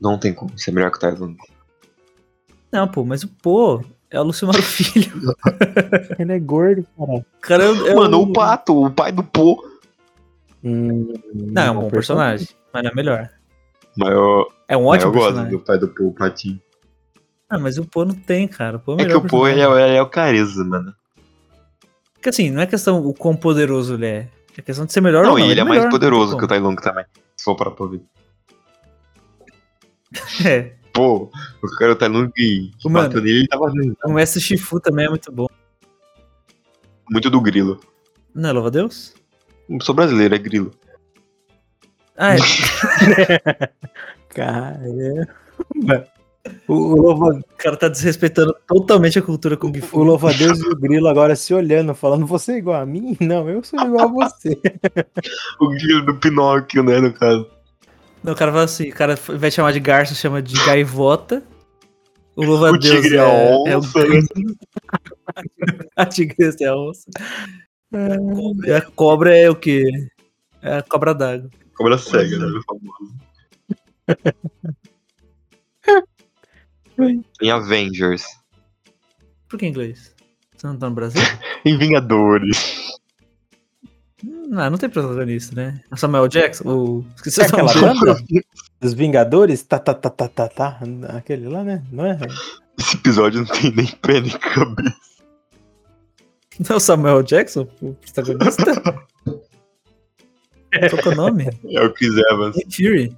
Speaker 3: Não tem como ser melhor que o Tai Lung.
Speaker 1: não, pô, mas o pô é o Lucimaro Filho.
Speaker 4: Ele é gordo, cara.
Speaker 1: O cara é, é
Speaker 3: Mano, o Pato, o pai do Po.
Speaker 4: Hum,
Speaker 1: Não, é um bom personagem, mas não é melhor.
Speaker 3: Mas eu,
Speaker 1: É um
Speaker 3: mas eu
Speaker 1: ótimo
Speaker 3: gosto
Speaker 1: personagem.
Speaker 3: do pai do Po, o Patinho.
Speaker 1: Ah, mas o pô não tem, cara. O pô é,
Speaker 3: É
Speaker 1: melhor
Speaker 3: que o Po, ele é, ele é o carisma, mano.
Speaker 1: Porque assim, não é questão o quão poderoso ele é. É questão de ser melhor ou
Speaker 3: Não,
Speaker 1: não.
Speaker 3: e ele é mais
Speaker 1: melhor,
Speaker 3: poderoso
Speaker 1: não tem
Speaker 3: que o Tai Lung também. Se for parar pra ver.
Speaker 1: como. É.
Speaker 3: Pô, o cara o Tai Lung que
Speaker 1: Mano.
Speaker 3: bateu nele, ele tava
Speaker 1: O Mestre um Shifu também é muito bom.
Speaker 3: muito do grilo.
Speaker 1: Não é louva a Deus?
Speaker 3: Não sou brasileiro, é grilo.
Speaker 1: Ah, é.
Speaker 4: Caramba.
Speaker 1: o, o louva- o cara tá desrespeitando totalmente a cultura Kung
Speaker 4: O
Speaker 1: Fu.
Speaker 4: louva-a-Deus e o grilo agora se olhando, falando, você é igual a mim? Não, eu sou igual a você.
Speaker 3: O grilo do Pinóquio, né, no caso.
Speaker 1: Não, o cara fala assim, o cara f- vai chamar de garça, chama de gaivota. O louva a
Speaker 3: O
Speaker 1: Deus
Speaker 3: tigre é a
Speaker 1: é, é o
Speaker 3: onça,
Speaker 1: grilo. A tigresa é a onça. E a cobra é o quê? É a cobra d'água.
Speaker 3: Cobra cega, né?
Speaker 1: é.
Speaker 3: Em Avengers.
Speaker 1: Por que inglês? Você não tá no Brasil?
Speaker 3: Em Vingadores.
Speaker 1: Hum, ah, Não, não tem protagonista, né? O Samuel Jackson? O... Esqueci
Speaker 4: É
Speaker 1: o nome
Speaker 4: aquela
Speaker 1: dele.
Speaker 4: banda dos Vingadores? Tá, tá, tá, tá, tá, tá. Aquele lá, né? Não é?
Speaker 3: Esse episódio não tem nem pé nem cabeça.
Speaker 1: Não é o Samuel Jackson, o protagonista? Qual que é o nome?
Speaker 3: É o Chris Evans.
Speaker 1: Nick Fury.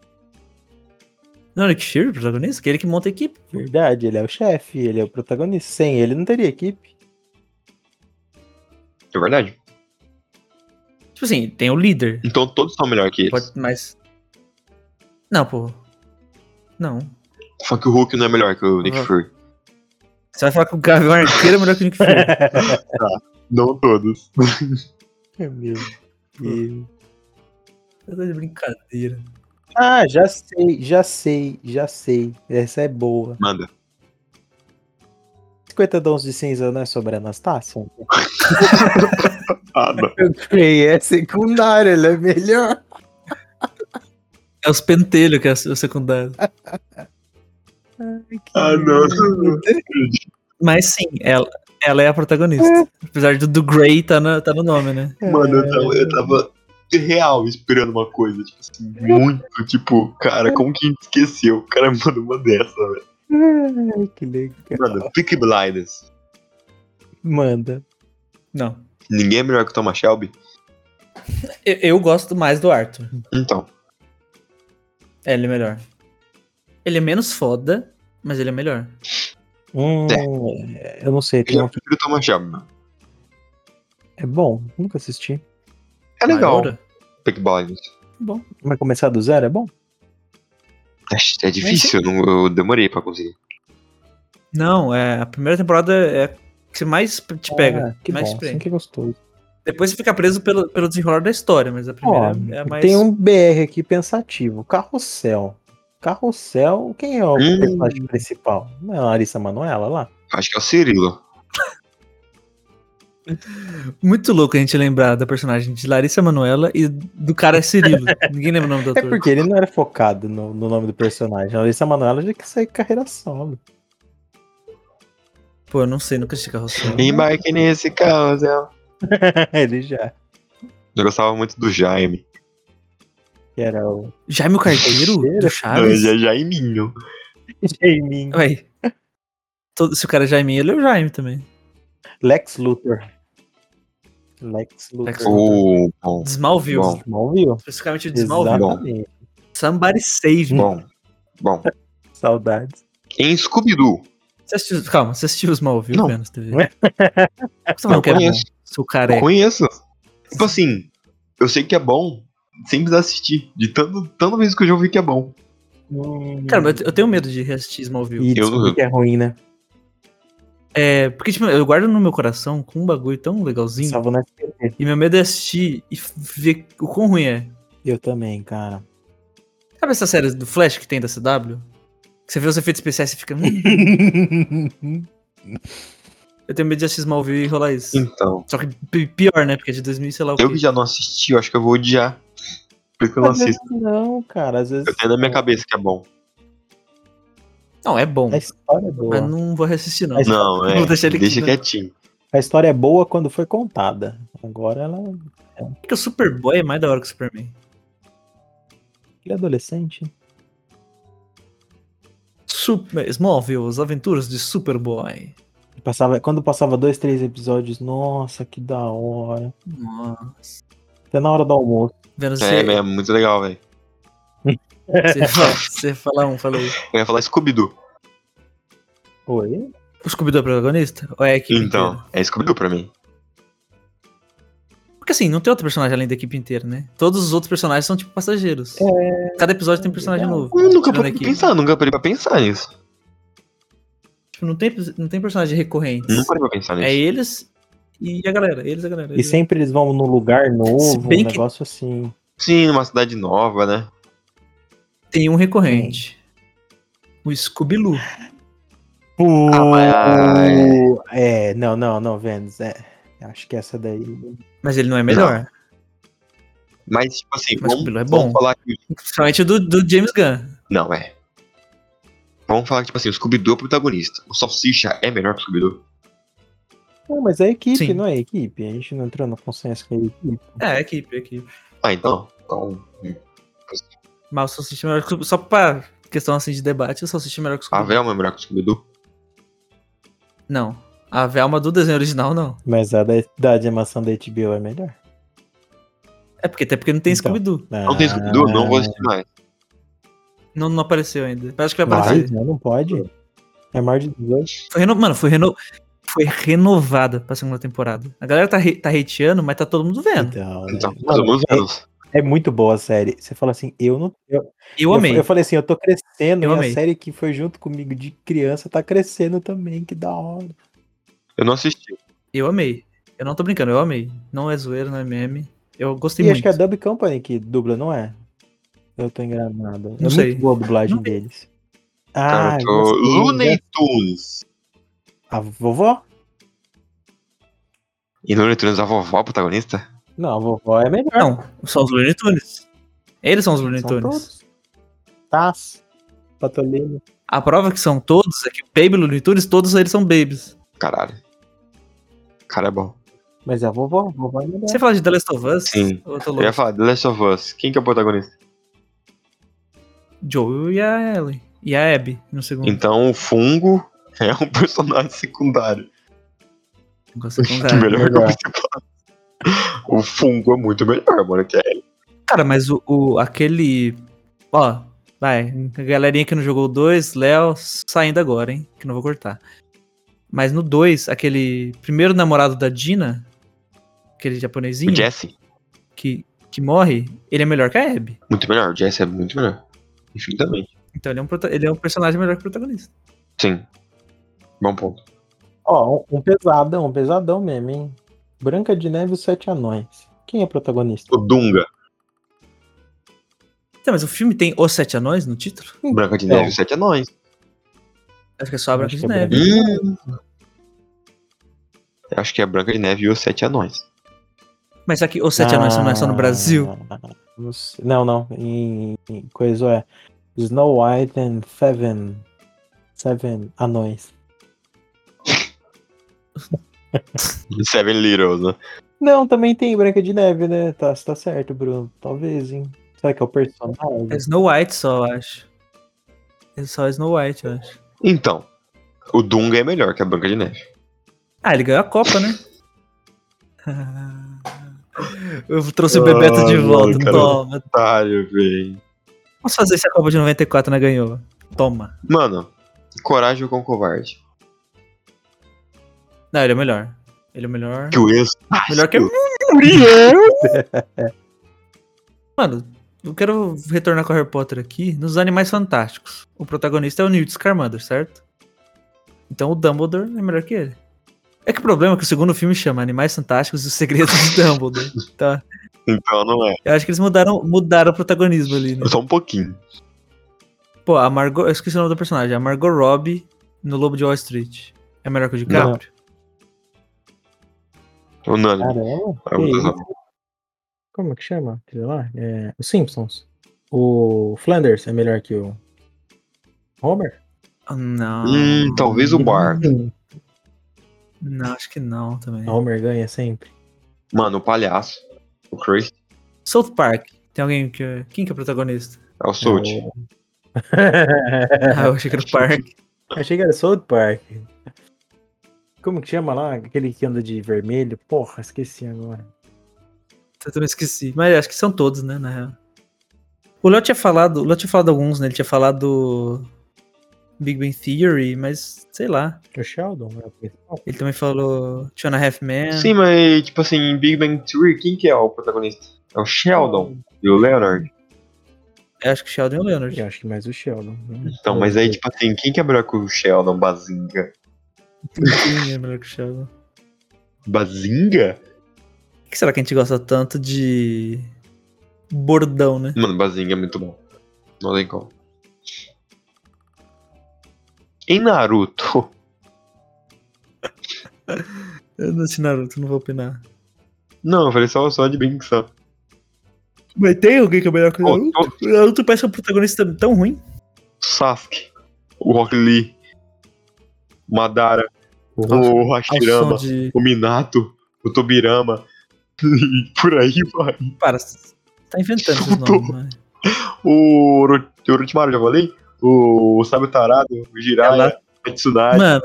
Speaker 1: Não, Nick Fury, o protagonista? Aquele que monta a equipe.
Speaker 4: Verdade, ele é o chefe, ele é o protagonista. Sem ele não teria equipe.
Speaker 3: É verdade.
Speaker 1: Tipo assim, tem o líder.
Speaker 3: Então todos são melhor que eles.
Speaker 1: Pode, mas. Não, pô. Não.
Speaker 3: Só que o Hulk não é melhor que o Nick
Speaker 1: Uhum.
Speaker 3: Fury.
Speaker 1: Você vai falar que o Gavião Arqueiro é melhor que o Nick Fury.
Speaker 3: Não todos.
Speaker 2: É mesmo. E-
Speaker 1: Você tá de brincadeira.
Speaker 2: Ah, já sei, já sei, já sei. Essa é boa.
Speaker 3: Manda.
Speaker 2: 50 Dons de Cinza não é sobre Anastácia?
Speaker 3: Ah, não.
Speaker 2: Eu creio, é secundário, ele é melhor.
Speaker 1: É os pentelhos que é o secundário.
Speaker 3: Ah, não.
Speaker 1: Mas sim, ela, ela é a protagonista. Apesar do, do Grey tá, na- tá no nome, né?
Speaker 3: Mano, eu tava, eu tava real esperando uma coisa, tipo assim, muito, tipo, cara, como que a gente esqueceu? O cara manda uma dessa, velho.
Speaker 2: Ai, que legal.
Speaker 3: Mano, Peaky Blinders.
Speaker 2: Manda.
Speaker 1: Não.
Speaker 3: Ninguém é melhor que o Thomas Shelby?
Speaker 1: Eu, eu gosto mais do Arthur.
Speaker 3: Então,
Speaker 1: É, ele é melhor. Ele é menos foda, mas ele é melhor.
Speaker 2: Hum, Eu não sei, tem
Speaker 3: eu
Speaker 2: uma...
Speaker 3: prefiro o Thomas Shelby, mano.
Speaker 2: é bom, nunca assisti.
Speaker 3: É legal,
Speaker 1: Maior?
Speaker 3: Peaky Blinders.
Speaker 1: Bom.
Speaker 2: Vai começar do zero, é bom?
Speaker 3: É, é difícil, eu, não- eu demorei pra conseguir.
Speaker 1: Não, é, a primeira temporada é a que mais te pega.
Speaker 2: Ah, que
Speaker 1: mais
Speaker 2: bom,
Speaker 1: te prende.
Speaker 2: assim que é gostoso.
Speaker 1: Depois você fica preso pelo, pelo desenrolar da história, mas a primeira
Speaker 2: Ó,
Speaker 1: é a mais.
Speaker 2: Tem um BR aqui pensativo, Carrossel. Carrossel, quem é o
Speaker 3: Hum.
Speaker 2: personagem principal? Não é a Larissa Manoela lá?
Speaker 3: Acho que é o Cirilo.
Speaker 1: Muito louco a gente lembrar da personagem de Larissa Manoela e do cara Cirilo. Ninguém lembra o nome do
Speaker 2: É
Speaker 1: ator.
Speaker 2: porque ele não era focado no, no nome do personagem. A Larissa Manoela já que saiu carreira solo.
Speaker 1: Pô, eu não sei, nunca assisti Carrossel.
Speaker 3: Embarque nesse carrossel.
Speaker 2: ele já.
Speaker 3: Eu gostava muito do Jaime.
Speaker 2: Que era o
Speaker 1: Jaime o Carteiro?
Speaker 2: Carteiro?
Speaker 1: do
Speaker 3: Não,
Speaker 1: Chaves?
Speaker 3: ele é Jaiminho.
Speaker 2: Jaiminho.
Speaker 1: Ué. Todo, se o cara é Jaime, ele é o Jaime também.
Speaker 2: Lex Luthor. Lex Luthor.
Speaker 1: Lex
Speaker 3: Oh, bom,
Speaker 1: Desmalville.
Speaker 3: Bom.
Speaker 2: Smallville.
Speaker 1: Especificamente o Desmalville.
Speaker 2: Exatamente.
Speaker 1: Somebody Save Me.
Speaker 3: bom, bom.
Speaker 2: Saudades.
Speaker 3: Em Scooby-Doo.
Speaker 1: Você assistiu, calma, você assistiu o Smallville,
Speaker 3: Não.
Speaker 1: Vênus TV?
Speaker 2: Não é?
Speaker 1: Você falou
Speaker 3: Eu
Speaker 1: que é bom,
Speaker 3: conheço.
Speaker 1: seu
Speaker 3: Eu
Speaker 1: careca.
Speaker 3: Conheço. Tipo assim, eu sei que é bom, sem precisar assistir. De tanto, tanto vezes que eu já ouvi que é bom. Hum.
Speaker 1: Cara, mas eu eu tenho medo de reassistir Smallville.
Speaker 2: E
Speaker 3: Eu-
Speaker 2: descobri que é ruim, né?
Speaker 1: É, porque, tipo, eu guardo no meu coração com um bagulho tão legalzinho.
Speaker 2: Salvo na SPT.
Speaker 1: E meu medo é assistir e f- ver o quão ruim é.
Speaker 2: Eu também, cara.
Speaker 1: Sabe essa série do Flash que tem da CW? Que você vê os efeitos especiais e fica. "Hum, eu tenho medo de assistir Smallville e rolar isso.
Speaker 3: Então,
Speaker 1: Só que pi- pior, né? Porque é de 2000, sei lá o
Speaker 3: eu
Speaker 1: quê.
Speaker 3: que já não assisti, eu acho que eu vou odiar. Por isso que eu não
Speaker 2: Às vezes
Speaker 3: assisto.
Speaker 2: não, cara. Às vezes.
Speaker 3: Eu tenho na minha cabeça que é bom.
Speaker 1: Não, é bom.
Speaker 2: A história é boa.
Speaker 1: Mas não vou reassistir, não.
Speaker 2: Mas-
Speaker 3: Não, é.
Speaker 1: Vou deixar ele aqui,
Speaker 3: deixa
Speaker 1: né?
Speaker 3: quietinho.
Speaker 2: A história é boa quando foi contada. Agora ela é
Speaker 1: Porque o Superboy é mais da hora que o Superman.
Speaker 2: ele é adolescente.
Speaker 1: Super... Smallville, as aventuras de Superboy.
Speaker 2: Passava, quando passava dois, três episódios, nossa, que da hora.
Speaker 1: Nossa.
Speaker 2: Até na hora do almoço.
Speaker 1: Vênus,
Speaker 3: É,
Speaker 1: você,
Speaker 3: é muito legal, velho.
Speaker 1: você, fala, você fala um, fala aí.
Speaker 3: Eu ia falar Scooby-Doo.
Speaker 2: Oi?
Speaker 1: O Scooby-Doo é protagonista? Ou é a equipe inteira?
Speaker 3: Então, é Scooby-Doo pra mim.
Speaker 1: Porque assim, não tem outro personagem além da equipe inteira, né? Todos os outros personagens são tipo passageiros.
Speaker 3: É.
Speaker 1: Cada episódio tem um personagem
Speaker 2: Legal.
Speaker 1: novo.
Speaker 3: Eu nunca
Speaker 1: Tirando
Speaker 3: parei pra
Speaker 1: aqui.
Speaker 3: pensar, nunca parei pra pensar nisso.
Speaker 1: Tipo, não tem, não tem personagem recorrente.
Speaker 3: Não parei pra pensar
Speaker 1: É
Speaker 3: nisso.
Speaker 1: eles e a galera. Eles e a galera.
Speaker 2: E
Speaker 1: eles-
Speaker 2: sempre eles vão num lugar
Speaker 1: é. Se
Speaker 2: novo, um
Speaker 1: bem que-
Speaker 2: negócio assim.
Speaker 3: Sim, numa cidade nova, né?
Speaker 1: Tem um recorrente. O Scooby-Loo.
Speaker 3: mas-
Speaker 2: É, não, não, não, Vênus. É, acho que essa daí.
Speaker 1: Mas ele não é melhor.
Speaker 3: Mas, tipo assim,
Speaker 1: Mas
Speaker 3: vamos,
Speaker 1: Scooby-Doo é
Speaker 3: vamos
Speaker 1: bom.
Speaker 3: falar que
Speaker 1: Principalmente o do, do James Gunn.
Speaker 3: Não, é. Vamos falar que, tipo assim, o Scooby-Doo é o protagonista. O Salsicha é melhor que o Scooby-Doo?
Speaker 2: Não, mas é a equipe,
Speaker 1: Sim.
Speaker 2: não é a equipe. A gente não entrou no consenso que é a equipe.
Speaker 1: É, a equipe, a equipe.
Speaker 3: Ah, então. Então,
Speaker 1: Mas o Salsicha é melhor que o Só pra questão assim de debate, o Salsicha é melhor que o
Speaker 3: a
Speaker 1: Scooby-Doo.
Speaker 3: Velma é melhor que o Scooby-Doo?
Speaker 1: Não. A Velma do desenho original, não.
Speaker 2: Mas a da, da animação da HBO é melhor.
Speaker 1: É porque até porque não tem
Speaker 2: Então.
Speaker 1: Scooby-Doo.
Speaker 3: Não tem Scooby-Doo? Não vou assistir mais.
Speaker 1: Não, não apareceu ainda. Mas acho que vai
Speaker 2: Vai,
Speaker 1: aparecer.
Speaker 2: não, não pode. É maior de 18.
Speaker 1: Foi reno... Mano, foi, reno... foi renovada pra segunda temporada. A galera tá, re... tá hateando, mas tá todo mundo vendo.
Speaker 2: Então, né?
Speaker 3: Então,
Speaker 2: Mano,
Speaker 3: pelo menos.
Speaker 2: É muito boa a série. Você fala assim, eu não. Eu,
Speaker 1: Eu amei.
Speaker 2: Eu, falei assim, eu tô crescendo.
Speaker 1: Eu
Speaker 2: e
Speaker 1: amei.
Speaker 2: a série que foi junto comigo de criança tá crescendo também, que da hora.
Speaker 3: Eu não assisti.
Speaker 1: Eu amei. Eu não tô brincando, eu amei. Não é zoeira, não é meme. Eu
Speaker 2: e
Speaker 1: gostei
Speaker 2: acho
Speaker 1: muito.
Speaker 2: que é a Dub Company que dubla, não é? Eu tô enganado. é
Speaker 1: Não sei.
Speaker 2: muito boa a dublagem
Speaker 1: Não sei.
Speaker 2: deles.
Speaker 3: Cara,
Speaker 2: Ah,
Speaker 3: eu tô...
Speaker 2: gostei.
Speaker 3: Looney Tunes.
Speaker 2: A vovó?
Speaker 3: E Looney Tunes, a vovó é protagonista?
Speaker 2: Não, a vovó é melhor.
Speaker 1: Não, são os Looney Tunes. Eles são os Looney
Speaker 2: São
Speaker 1: Tunes.
Speaker 2: todos. Taz, Patolino.
Speaker 1: A prova que são todos é que Baby Looney Tunes, todos eles são babies.
Speaker 3: Caralho. Cara, é bom.
Speaker 2: Mas é a vovó, a vovó é melhor.
Speaker 1: Você fala de The Last of Us?
Speaker 3: Sim.
Speaker 1: Eu tô
Speaker 3: Eu ia
Speaker 1: louco.
Speaker 3: falar, The Last of Us. Quem que é o protagonista?
Speaker 1: Joel e a Ellie. E a Abby, no
Speaker 2: Hum.
Speaker 1: segundo.
Speaker 3: Então, o Fungo é um personagem secundário.
Speaker 1: Gosto de
Speaker 2: É,
Speaker 1: contar.
Speaker 3: melhor que o
Speaker 2: melhor.
Speaker 3: principal. O Fungo é muito melhor, mano. Que é.
Speaker 1: Cara, mas o, o- aquele. Ó, vai. A galerinha que não jogou o 2, Léo, saindo agora, hein? Que não vou cortar. Mas no 2, aquele primeiro namorado da Dina, aquele japonesinho
Speaker 3: O Jesse.
Speaker 1: que, que morre, ele é melhor que a Abby.
Speaker 3: Muito melhor. O Jesse é muito melhor. Infinitamente.
Speaker 1: Então ele é um, prota- ele é um personagem melhor que o protagonista.
Speaker 3: Sim. Bom ponto.
Speaker 2: Ó, um um pesadão, um pesadão mesmo, hein? Branca de Neve e os Sete Anões. Quem é protagonista?
Speaker 3: O Dunga.
Speaker 1: Então, mas o filme tem Os Sete Anões no título?
Speaker 3: Branca de
Speaker 2: Não.
Speaker 3: Neve e os Sete Anões.
Speaker 1: Acho que é só a Branca
Speaker 2: Acho
Speaker 1: de
Speaker 2: que é
Speaker 1: Neve.
Speaker 2: Branca.
Speaker 3: Hum. Eu acho que é Branca de Neve e os Sete Anões.
Speaker 1: Mas só que Os Sete Anões não é só no Brasil.
Speaker 2: Ah, Não, sei. não. não. Em, em coisa é Snow White and Seven. Seven Anões.
Speaker 3: Seven Littles, né?
Speaker 2: Não, também tem Branca de Neve, né? Tá, você tá certo, Bruno. Talvez, hein? Será que é o personagem?
Speaker 1: É Snow White só, eu acho. É só Snow White, eu acho.
Speaker 3: Então, o Dunga é melhor que a Branca de Neve.
Speaker 1: Ah, ele ganhou a Copa, né? Eu trouxe o Bebeto
Speaker 3: Ah,
Speaker 1: de
Speaker 3: não,
Speaker 1: volta.
Speaker 3: cara.
Speaker 1: Toma.
Speaker 3: Otário, velho.
Speaker 1: Posso fazer se a Copa de 94 não né, ganhou? Toma.
Speaker 3: Mano, coragem com covarde.
Speaker 1: Não, ele é o melhor. Ele é o melhor.
Speaker 3: Que o ex.
Speaker 1: Melhor que
Speaker 3: o
Speaker 1: Muriel! Mano, eu quero retornar com o Harry Potter aqui nos Animais Fantásticos. O protagonista é o Newt Scamander, certo? Então o Dumbledore é melhor que ele. É que o problema é que o segundo filme chama Animais Fantásticos e os Segredos de Dumbledore. Tá?
Speaker 3: Então não é.
Speaker 1: Eu acho que eles mudaram, mudaram o protagonismo ali, né?
Speaker 3: Só um pouquinho.
Speaker 1: Pô, a Margot. Eu esqueci o nome da personagem. A Margot Robbie no Lobo de Wall Street. É melhor que o DiCaprio?
Speaker 3: Unânime.
Speaker 2: Caramba.
Speaker 3: É muito
Speaker 2: que
Speaker 3: bom.
Speaker 2: isso? Como é que chama? aquele lá? É, os Simpsons. O Flanders é melhor que o Homer?
Speaker 1: Ah, Não.
Speaker 3: Hum, talvez o Bart.
Speaker 1: Não, acho que não também.
Speaker 2: O Homer ganha sempre.
Speaker 3: Mano, o palhaço. O Chris.
Speaker 1: South Park. Tem alguém que. é- Quem que é o protagonista?
Speaker 3: É o Sult.
Speaker 1: Ah, eu achei que era o Park.
Speaker 2: Achei que era South Park. Como que chama lá? Aquele que anda de vermelho? Porra, esqueci agora.
Speaker 1: Eu também esqueci. Mas acho que são todos, né? Na real. O Léo tinha falado. O Léo tinha falado alguns, né? Ele tinha falado. Big Bang Theory, mas sei lá.
Speaker 2: O Sheldon é o principal?
Speaker 1: Ele também falou. Two and a Half Men.
Speaker 3: Sim, mas tipo assim, em Big Bang Theory, quem que é o protagonista? É o Sheldon e o Leonard.
Speaker 1: Eu acho que Sheldon e o Leonard.
Speaker 2: Eu acho que é mais o Sheldon. né? É.
Speaker 3: Então, mas aí tipo assim, quem que é melhor que o Sheldon? Bazinga.
Speaker 1: Sim, é melhor que o Sheldon.
Speaker 3: Bazinga?
Speaker 1: Por que será que a gente gosta tanto de bordão, né?
Speaker 3: Mano, Bazinga é muito bom. Não tem como. Em Naruto,
Speaker 1: Eu não assisti Naruto, não vou opinar.
Speaker 3: Não, eu falei só, só de brincadeira.
Speaker 1: Mas tem alguém que é melhor que o
Speaker 3: Pô,
Speaker 1: Naruto? O Naruto parece um protagonista tão ruim.
Speaker 3: Sasuke, o Rock Lee, Madara, o
Speaker 1: Ao som
Speaker 3: Hashirama,
Speaker 1: de.
Speaker 3: o Minato, o Tobirama. E por aí vai.
Speaker 1: Para, você tá inventando esses
Speaker 3: Naruto.
Speaker 1: nomes, mas.
Speaker 3: O Oro- Orochimaru, já falei? O Sábio Tarado, o Jiraiya,
Speaker 1: Ela-
Speaker 3: o Tsunade,
Speaker 1: Mano,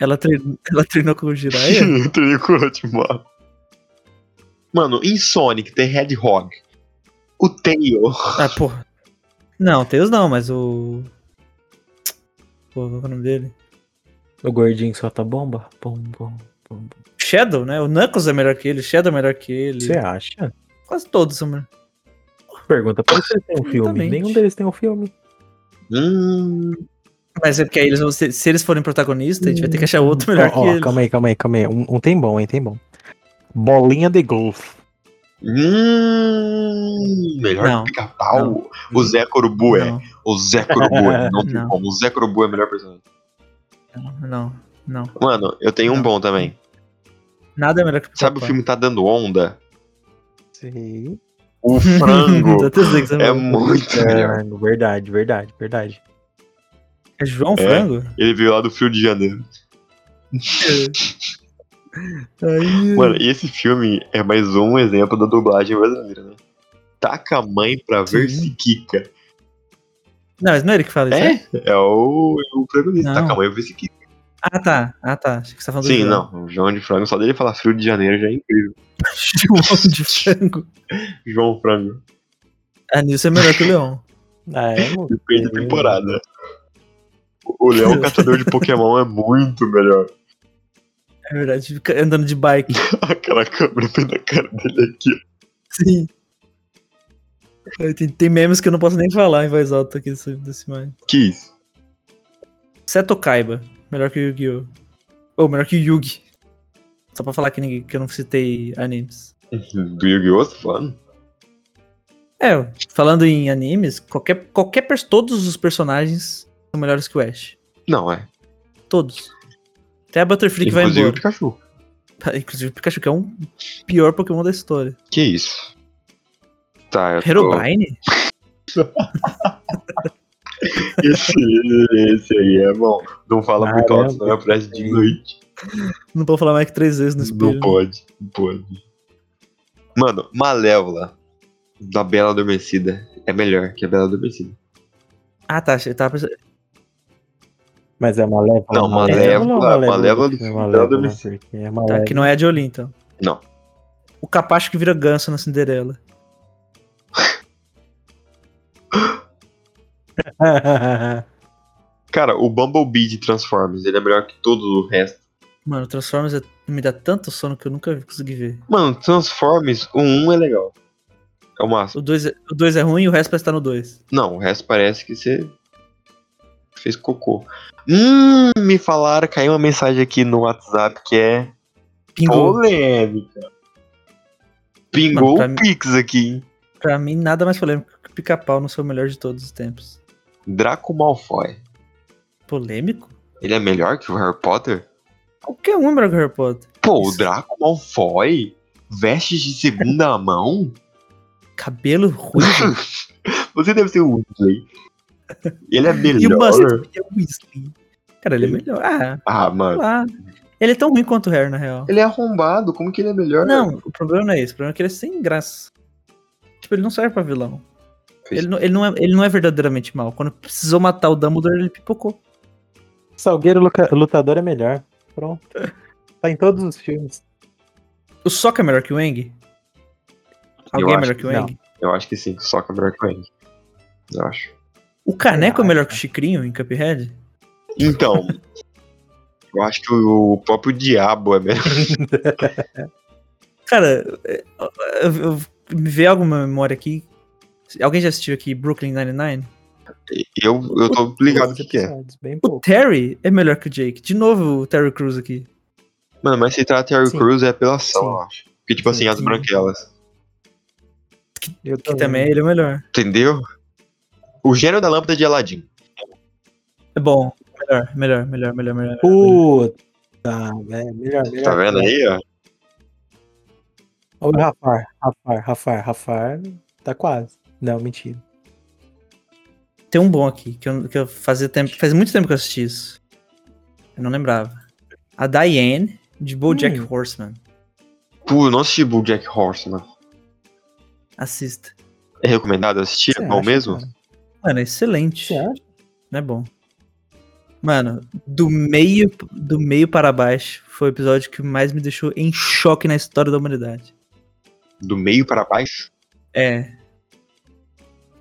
Speaker 1: ela, trein- ela treinou com o Jiraiya?
Speaker 3: o Treinei com o Orochimaru. Mano, em Sonic tem Hedgehog. O Tail.
Speaker 1: ah, porra. Não, Tails não, mas o. Pô, qual é o nome dele?
Speaker 2: O gordinho que solta bomba? Bom, bom, bom. bom.
Speaker 1: Shadow, né? O Knuckles é melhor que ele, o Shadow é melhor que ele.
Speaker 2: Você acha?
Speaker 1: Quase todos são melhor.
Speaker 2: Pergunta, por que eles têm um filme?
Speaker 1: Exatamente.
Speaker 2: Nenhum deles tem um filme.
Speaker 3: Hum,
Speaker 1: Mas é porque aí eles vão ser- se eles forem protagonistas, a gente vai ter que achar outro melhor
Speaker 4: Hum. Ó, ó,
Speaker 1: que eles.
Speaker 4: calma aí, calma aí, calma aí. Um, um tem bom, hein? Tem bom. Bolinha de golfe.
Speaker 3: hum, melhor
Speaker 1: Não.
Speaker 3: que pica-pau. O Zé Corubu é.
Speaker 1: Não,
Speaker 3: O Zé Corubu é. Não tem
Speaker 1: Não.
Speaker 3: como. O Zé Corubu é o melhor personagem.
Speaker 1: não, não.
Speaker 3: Mano, eu tenho um
Speaker 1: Não.
Speaker 3: bom também.
Speaker 1: Nada é melhor que
Speaker 3: Sabe o
Speaker 1: Pica-Pau.
Speaker 3: filme Tá Dando Onda?
Speaker 4: Sim.
Speaker 3: O frango
Speaker 1: Da Disney, que você
Speaker 3: é
Speaker 1: falou.
Speaker 3: muito melhor.
Speaker 4: É, verdade, verdade, verdade.
Speaker 1: É João
Speaker 3: É.
Speaker 1: Frango?
Speaker 3: Ele veio lá do Rio de Janeiro.
Speaker 1: Aí-
Speaker 3: Mano, e esse filme é mais um exemplo da dublagem brasileira, né? Taca a mãe pra ver
Speaker 1: Sim.
Speaker 3: se quica.
Speaker 1: Não, mas não é ele que fala isso, né?
Speaker 3: É, é o, é o protagonista.
Speaker 1: Não.
Speaker 3: Taca a mãe pra ver se quica.
Speaker 1: Ah, tá. Ah, tá. Achei que você tá falando do
Speaker 3: Sim,
Speaker 1: João.
Speaker 3: não. O João de Frango, só dele falar Rio de Janeiro já é incrível.
Speaker 1: João de Frango.
Speaker 3: João Frango.
Speaker 1: A Nilson é melhor que o Leon.
Speaker 4: Ah, é, mano.
Speaker 3: Depende da temporada. O o Leão Caçador de Pokémon é muito melhor.
Speaker 1: É verdade. fica Andando de bike.
Speaker 3: Aquela câmera foi na cara dele aqui.
Speaker 1: Sim. É, Tem, tem memes que eu não posso nem falar em voz alta aqui desse, desse mais.
Speaker 3: Que isso?
Speaker 1: Seto Kaiba. Melhor que o Yu-Gi-Oh! Ou melhor que o Yugi. Só pra falar que, ninguém, que eu não citei animes.
Speaker 3: Do Yu-Gi-Oh! Você tá falando?
Speaker 1: É, falando em animes, qualquer, qualquer, pers- todos os personagens são melhores que o Ash.
Speaker 3: Não, é.
Speaker 1: Todos. Até a Butterfree que vai
Speaker 3: Inclusive o
Speaker 1: embora.
Speaker 3: Pikachu.
Speaker 1: Inclusive o Pikachu, que é um pior Pokémon da história.
Speaker 3: Que isso? Tá, eu tô...
Speaker 1: Herobrine?
Speaker 3: Esse, esse aí é bom. Não fala muito alto,
Speaker 4: Caramba.
Speaker 3: senão eu presto de noite.
Speaker 1: Não pode falar mais que três vezes no espelho. né?
Speaker 3: Não pode, não pode. Mano, Malévola da Bela Adormecida é melhor que a Bela Adormecida.
Speaker 1: Ah, tá. Eu tava pensando-
Speaker 4: Mas é malévola.
Speaker 3: Não, Malévola, Malévola do
Speaker 4: porque é
Speaker 3: filme
Speaker 4: malévola,
Speaker 3: da
Speaker 4: né?
Speaker 3: adolescente.
Speaker 4: Porque é
Speaker 1: Tá,
Speaker 4: malévola.
Speaker 1: que não é a Jolie, então.
Speaker 3: Não.
Speaker 1: O capacho que vira ganso na Cinderela.
Speaker 3: Cara, o Bumblebee de Transformers, ele é melhor que todo o resto.
Speaker 1: Mano, Transformers é- me dá tanto sono que eu nunca consegui ver.
Speaker 3: Mano, Transformers, o 1 é legal. É o máximo.
Speaker 1: O 2 é, o dois é ruim e o resto parece estar no 2.
Speaker 3: Não, o resto parece que você fez cocô. Hum, me falaram, caiu uma mensagem aqui no WhatsApp que é
Speaker 1: Pingou.
Speaker 3: polêmica.
Speaker 1: Mano,
Speaker 3: Pingou
Speaker 1: pra
Speaker 3: o
Speaker 1: mim-
Speaker 3: Pix aqui, hein?
Speaker 1: Pra mim, nada mais polêmico que o pica-pau no seu melhor de todos os tempos.
Speaker 3: Draco Malfoy.
Speaker 1: Polêmico?
Speaker 3: Ele é melhor que o Harry Potter?
Speaker 1: Qualquer um é melhor que o Harry Potter.
Speaker 3: Pô, o
Speaker 1: Isso.
Speaker 3: Draco Malfoy? Vestes de segunda mão?
Speaker 1: Cabelo ruim.
Speaker 3: Você deve ser o Weasley. Ele é melhor.
Speaker 1: e o Buster é o Weasley. Cara, ele é
Speaker 3: Ele-
Speaker 1: melhor. Ah,
Speaker 3: Ah,
Speaker 1: sei
Speaker 3: mano.
Speaker 1: lá. Ele é tão ruim quanto o Harry, na real.
Speaker 3: Ele é arrombado, como que ele é melhor?
Speaker 1: Não, o problema não é esse. O problema é que ele é sem graça. Tipo, ele não serve pra vilão.
Speaker 3: Fez-
Speaker 1: Ele não, ele, não é, ele não é verdadeiramente mal. Quando precisou matar o Dumbledore, ele pipocou.
Speaker 4: Salgueiro luca- lutador é melhor. Pronto. Tá em todos os filmes.
Speaker 1: O Sokka é melhor que o Eng? Alguém é
Speaker 3: acho
Speaker 1: melhor
Speaker 3: que
Speaker 1: que o
Speaker 4: não.
Speaker 1: Eng?
Speaker 3: Eu acho que sim, só que é melhor que o Andy. Eu acho.
Speaker 1: O Caneco é
Speaker 4: acho,
Speaker 1: melhor que o Chicrinho em Cuphead?
Speaker 3: Então. eu acho que o próprio diabo é melhor.
Speaker 1: Cara, é, eu, eu- me vê alguma memória aqui. Alguém já assistiu aqui Brooklyn Nine-Nine?
Speaker 3: Eu, eu tô ligado o
Speaker 4: Todos
Speaker 3: que,
Speaker 4: os
Speaker 3: que é.
Speaker 4: episódios, Bem
Speaker 1: O
Speaker 4: pouco.
Speaker 1: Terry é melhor que o Jake. De novo o Terry Crews aqui.
Speaker 3: Mano, mas se trata Terry
Speaker 4: Sim.
Speaker 3: Crews é apelação,
Speaker 4: Sim.
Speaker 3: eu acho. Porque, tipo assim,
Speaker 1: Sim,
Speaker 3: as
Speaker 1: sim.
Speaker 3: branquelas.
Speaker 4: Eu
Speaker 1: Que também ele é o melhor.
Speaker 3: Entendeu? O gênio da lâmpada de Aladdin.
Speaker 1: É bom. Melhor, melhor, melhor, melhor, melhor.
Speaker 4: Puta, velho. Melhor, melhor.
Speaker 2: É.
Speaker 3: Tá vendo aí, ó?
Speaker 4: Olha o Rafar. Rafar, Rafar, Rafar. Tá quase. Não, mentira.
Speaker 1: Tem um bom aqui, que eu, que eu fazia tempo. Faz muito tempo que eu assisti isso. Eu não lembrava. A Diane, de Bojack
Speaker 4: Hum.
Speaker 1: Horseman.
Speaker 3: Pô, não assisti o Jack Horseman.
Speaker 1: Assista.
Speaker 3: É recomendado assistir?
Speaker 4: Você
Speaker 3: É bom
Speaker 4: acha,
Speaker 3: mesmo?
Speaker 4: cara?
Speaker 1: Mano, é excelente.
Speaker 4: Você acha?
Speaker 1: Não é bom. Mano, do meio, do meio para baixo foi o episódio que mais me deixou em choque na história da humanidade.
Speaker 3: Do meio para baixo?
Speaker 1: É.